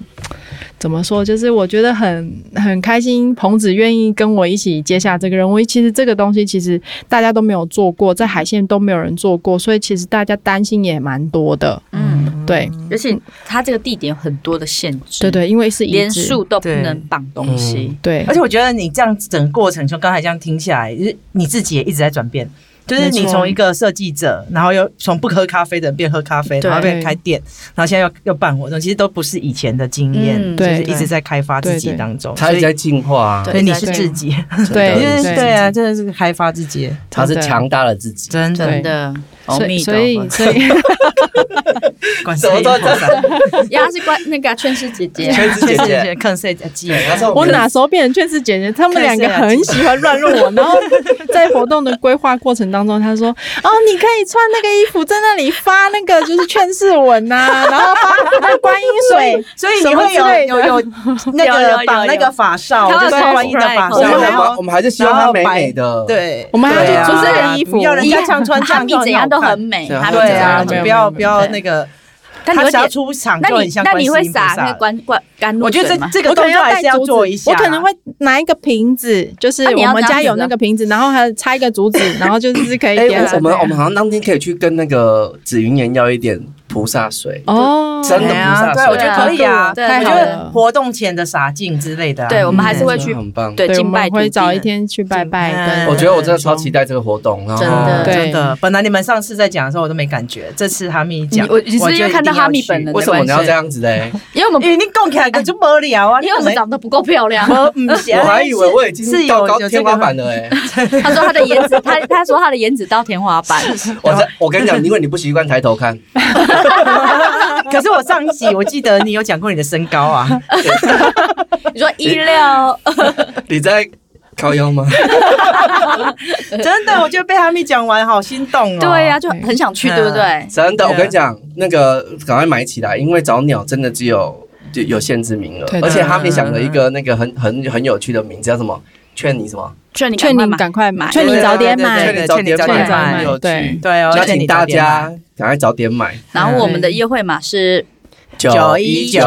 S4: 怎么说，就是我觉得很很开心，彭子愿意跟我一起接下这个任务。因为其实这个东西其实大家都没有做过，在海线都没有人做过，所以其实大家担心也蛮多的。
S1: 嗯，
S4: 对
S1: 而且他这个地点有很多的限制，
S4: 对，对，因为是一
S1: 连
S4: 致
S1: 树都不能绑东
S3: 嗯
S1: 西。
S4: 对
S2: 而且我觉得你这样整个过程，就刚才这样听下来，就是你自己也一直在转变，就是你
S4: 没错
S2: 从一个设计者，然后又从不喝咖啡的人变喝咖啡，
S1: 对
S2: 然后变开店，然后现在又又办活动，其实都不是以前的经验，
S1: 嗯
S2: 就是一
S4: 对
S2: 直在开发自己
S4: 对对
S2: 当中，
S3: 他一
S2: 所
S3: 直
S2: 以
S3: 在进化啊，
S1: 对
S2: 所以你是自己，
S4: 对
S2: 因为
S4: 对
S2: 对啊，真的 是开发自己，
S3: 他是
S4: 真的
S3: 强大了自己。
S2: 真的
S4: 对
S1: 真的，阿
S4: 所以
S1: 弥陀
S4: 所以
S1: 佛，
S4: 所以
S2: 管
S3: 什么都
S2: 谁也不管
S1: 呀，她是关那个啊劝世姐 姐，
S3: 圈子姐
S2: 确
S3: 姐，
S2: 实看谁在记。
S3: 对她是
S4: 我
S3: 们
S4: 哪时候变成劝世姐姐？他们两个
S2: 看谁啊
S4: 很喜欢乱入 我，然后在活动的规划过程当中，他说：“哦，你可以穿那个衣服在那里发那个就是劝世文呐、 然后发那观音水，
S2: 所以你会
S4: 什么之类
S2: 有
S4: 的
S2: 有有那
S1: 有有
S2: 个
S1: 有
S2: 绑那个法哨，
S1: 有
S2: 就是
S1: 有
S2: 观音的法
S1: 我
S2: 哨，
S1: 们
S3: 我们
S2: 然
S3: 还
S2: 后
S3: 我们还是希望她美美的，
S2: 对，
S4: 我们还
S3: 对
S4: 要
S3: 啊
S4: 去
S2: 做
S4: 做
S2: 这
S4: 这
S2: 个
S4: 个衣服。
S2: 要人家 唱穿
S1: 哈
S2: 唱
S1: 密
S2: 就很好看
S1: 怎样都很美，
S3: 对
S1: 哈密
S3: 她
S2: 对
S1: 怎
S2: 啊，
S1: 样都
S2: 就
S1: 很
S2: 不
S1: 美。
S2: 要不要那个，
S1: 但你
S2: 他
S1: 会
S2: 只要
S1: 点，
S2: 出场
S1: 那
S2: 就很
S1: 你
S2: 像
S1: 那
S2: 观
S1: 你
S2: 世
S1: 会
S2: 音菩
S1: 撒那
S2: 萨
S1: 个。甘甘甘露
S2: 我觉得
S1: 水
S2: 这
S1: 吗？
S2: 这
S4: 我
S2: 个
S4: 可
S2: 动
S4: 能
S2: 作
S4: 要
S2: 还
S4: 带
S2: 是要
S4: 竹
S2: 做一
S4: 子，
S2: 下，
S4: 我可能会拿一个瓶子，就是
S1: 啊你要
S4: 我们
S1: 拿
S4: 家
S1: 竹
S4: 有
S1: 子
S4: 那
S1: 啊
S4: 个瓶子，然后还插一个竹子，然后就是可以
S3: 哎、
S4: 点
S3: 我
S4: 燃
S3: 我们
S4: 这
S3: 我
S4: 样
S3: 们好像当天可以去跟那个紫云岩要一点菩萨水，
S4: 哦，
S3: 真的
S2: 哎呀
S3: 菩萨水
S2: 对，我觉得可以啊，
S1: 对
S2: 我
S4: 太
S2: 觉
S4: 好
S2: 得
S4: 了。
S2: 活动前的洒净之类的啊，
S1: 对，我们还是
S3: 真
S1: 会
S3: 的
S1: 去
S3: 嗯很棒。
S1: 对
S4: 对，我
S1: 敬拜
S4: 们
S1: 土地
S4: 会
S1: 的，
S4: 找一天去拜拜。
S2: 嗯
S4: 跟
S3: 我觉得我真的超期待这个活动，然后
S1: 真的
S2: 哦
S4: 对
S2: 真的。本来你们上次在讲的时候我都没感觉，这次哈密讲，
S1: 你我你是不是
S2: 觉
S1: 因
S2: 得
S1: 为看到
S2: 一定要
S1: 哈密
S2: 去
S1: 本人的
S3: 为什么你要这样子嘞？
S1: 因为我们
S2: 因为你讲起来个就无聊啊，你
S1: 因为我们
S2: 怎么
S1: 长得不够漂 亮。
S2: 没？我是
S3: 我还以 为我已
S2: 是
S3: 经到
S2: 有
S3: 高
S2: 有这
S3: 天
S2: 个
S3: 花板了哎、
S1: 他说他的颜值，他他说他的颜值到天花板，
S3: 我在我跟你讲，因为你不习惯抬头看，
S2: 可是我上一集我记得你有讲过你的身高 啊，
S1: 你说一六，
S3: 你在靠腰吗？
S2: 真的，我觉得被哈密讲完好心动哦。
S1: 呃对啊呀，就很想去，对不对？
S3: 真的，
S2: 对啊
S3: 我跟你讲，那个赶快买起来，因为早鸟真的只有就有限制名额
S4: 对，的
S3: 而且他们想了一个那个很很很有趣的名字，叫什么？劝你什么？
S1: 劝你
S4: 劝
S1: 快
S4: 你
S1: 买
S4: 赶快
S1: 买
S4: 买，劝你
S2: 对
S4: 早点
S2: 对对
S4: 买
S2: 对。
S3: 劝你早点
S2: 劝你
S4: 早点
S3: 买，
S4: 买
S3: 很有
S4: 对
S3: 趣。
S2: 对哦，
S3: 邀
S2: 而且你
S3: 请大家赶快早点买
S1: 然后我们的优惠码是
S2: 九一九，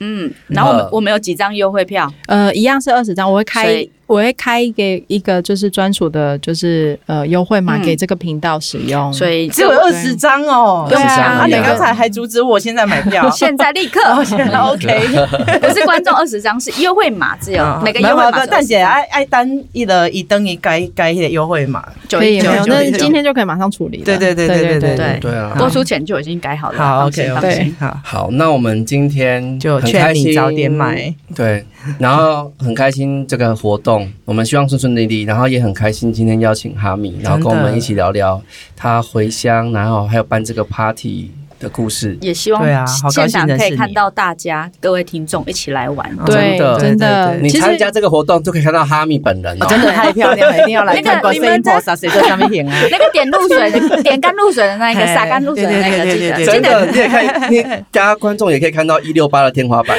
S1: 嗯，然后我们我们有几张优惠票，
S4: 呃，一样是二十张，我会开
S1: 所以，
S4: 我会开一个一个就是专属的，就是呃优惠码
S1: 嗯
S4: 给这个频道使用。
S1: 所
S4: 以
S1: 以，
S2: 只有二十张哦。
S4: 对
S2: 啊，
S4: 啊，
S2: 你
S3: 对
S2: 刚才还阻止我现在买 票
S1: 现在立刻，嗯
S2: OK， 嗯
S1: 不是观众二十张，是优惠码
S2: 啊
S1: 只有每个优惠码，
S2: 但是爱爱单一了，一等于该该的优惠码。
S1: 九
S4: 哎可以
S1: 一
S4: 没
S1: 九
S4: 有，
S1: 九
S4: 那
S1: 一
S4: 今天就可以马上处理了。
S2: 对对对对
S4: 对
S2: 对
S4: 对
S1: 对
S3: 对啊，
S1: 播出前就已经改好了，
S2: 好
S1: 放心
S2: ，OK
S1: 放心
S2: OK，好，
S3: 好，那我们今天
S2: 就
S3: 很
S2: 劝
S3: 开
S2: 你
S3: 心，
S2: 早点买。
S3: 对，然后很开心这个活动，我们希望顺顺利利，然后也很开心今天邀请哈米，然后跟我们一起聊聊他回乡，然后还有办这个 party 的故事。
S1: 也希望
S2: 对啊好高兴
S1: 现场
S2: 认
S1: 可
S2: 识
S1: 以
S2: 你
S1: 看到大家各位听众一起来玩。
S4: 对，
S3: 真的
S4: 真的
S2: 对对对，
S3: 你
S4: 其实
S3: 参加这个活动就可以看到哈密本人哦，
S2: 真的太漂亮了，一定要来
S1: 那个
S2: 看观世
S1: 你们
S2: 音
S1: 在
S2: 菩萨谁在上面 演啊？
S1: 那个点露水的、点干露水的那一个、
S2: 哎
S1: 洒干露水的那个，
S2: 对对
S1: 记得
S2: 对对
S1: 记
S3: 真
S1: 得
S3: 的，你也可以，你大家观众也可以看到一六八的天花板，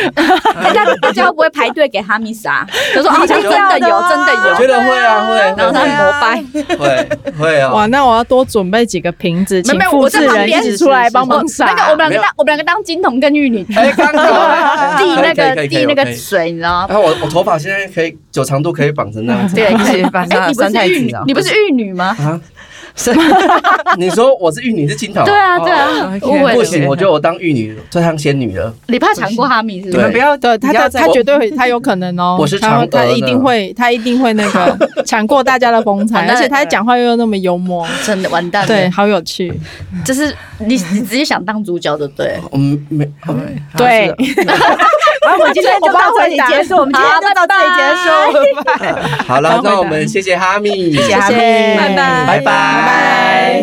S1: 大家大家会不会排队给哈密撒？就说好像真的有，真的
S3: 我
S1: 有
S3: 觉，得会啊，
S1: 然后他
S3: 会
S1: 膜拜。
S3: 会会
S4: 哇，
S3: 啊，
S4: 那我要多准备几个瓶子，
S1: 没有
S4: 请
S1: 没有
S4: 复
S1: 我在
S4: 制
S1: 旁
S4: 人
S1: 边
S4: 一起出来帮
S1: 哦
S4: 忙撒。
S1: 那个我们两
S3: 没
S1: 个
S3: 有
S1: 当我们两个当金童跟玉女递
S3: 哎，刚好
S1: 那个递
S3: 地
S1: 那个水，你知道吗？
S3: 然啊后我我头发现在可以有长度可以绑成那样子。
S1: 对，
S2: 你
S1: 可以
S2: 是把
S1: 哎，
S2: 三
S1: 你不
S2: 三
S1: 是
S2: 太
S1: 玉
S2: 子
S1: 女
S2: 哦，
S1: 你不是玉女吗？
S3: 啊， 你说我是玉女，你是金头？
S1: 对啊，对
S3: 哦，
S1: 啊，
S2: OK，
S1: 误会
S3: 不
S1: 了。
S3: 行，我觉得我当玉女，这当仙女了。
S1: 你怕尝过哈密是
S2: 你
S1: 不
S2: 们
S1: 是？
S2: 不要
S4: 对他
S2: 不要
S4: 他
S2: 再
S4: 他绝对会，他有可能哦。
S3: 我是
S4: 他
S3: 嫦
S4: 会
S3: 娥
S4: 他
S3: 呢
S4: 一定会，他一定会那个抢过大家的风采，
S1: 那
S4: 而且他讲话又那么幽默，
S1: 真的完蛋了。
S4: 对，，好有趣。
S1: 就是你你直接想当主角，对不对？
S3: 嗯，没，
S4: 对，
S2: 啊好，我们今天就到 这里
S4: 我帮
S2: 结束，我们今天就到这里结束，拜拜。
S3: 好了，那我们谢谢哈密，谢
S2: 谢谢哈密
S4: 拜拜
S3: 拜拜。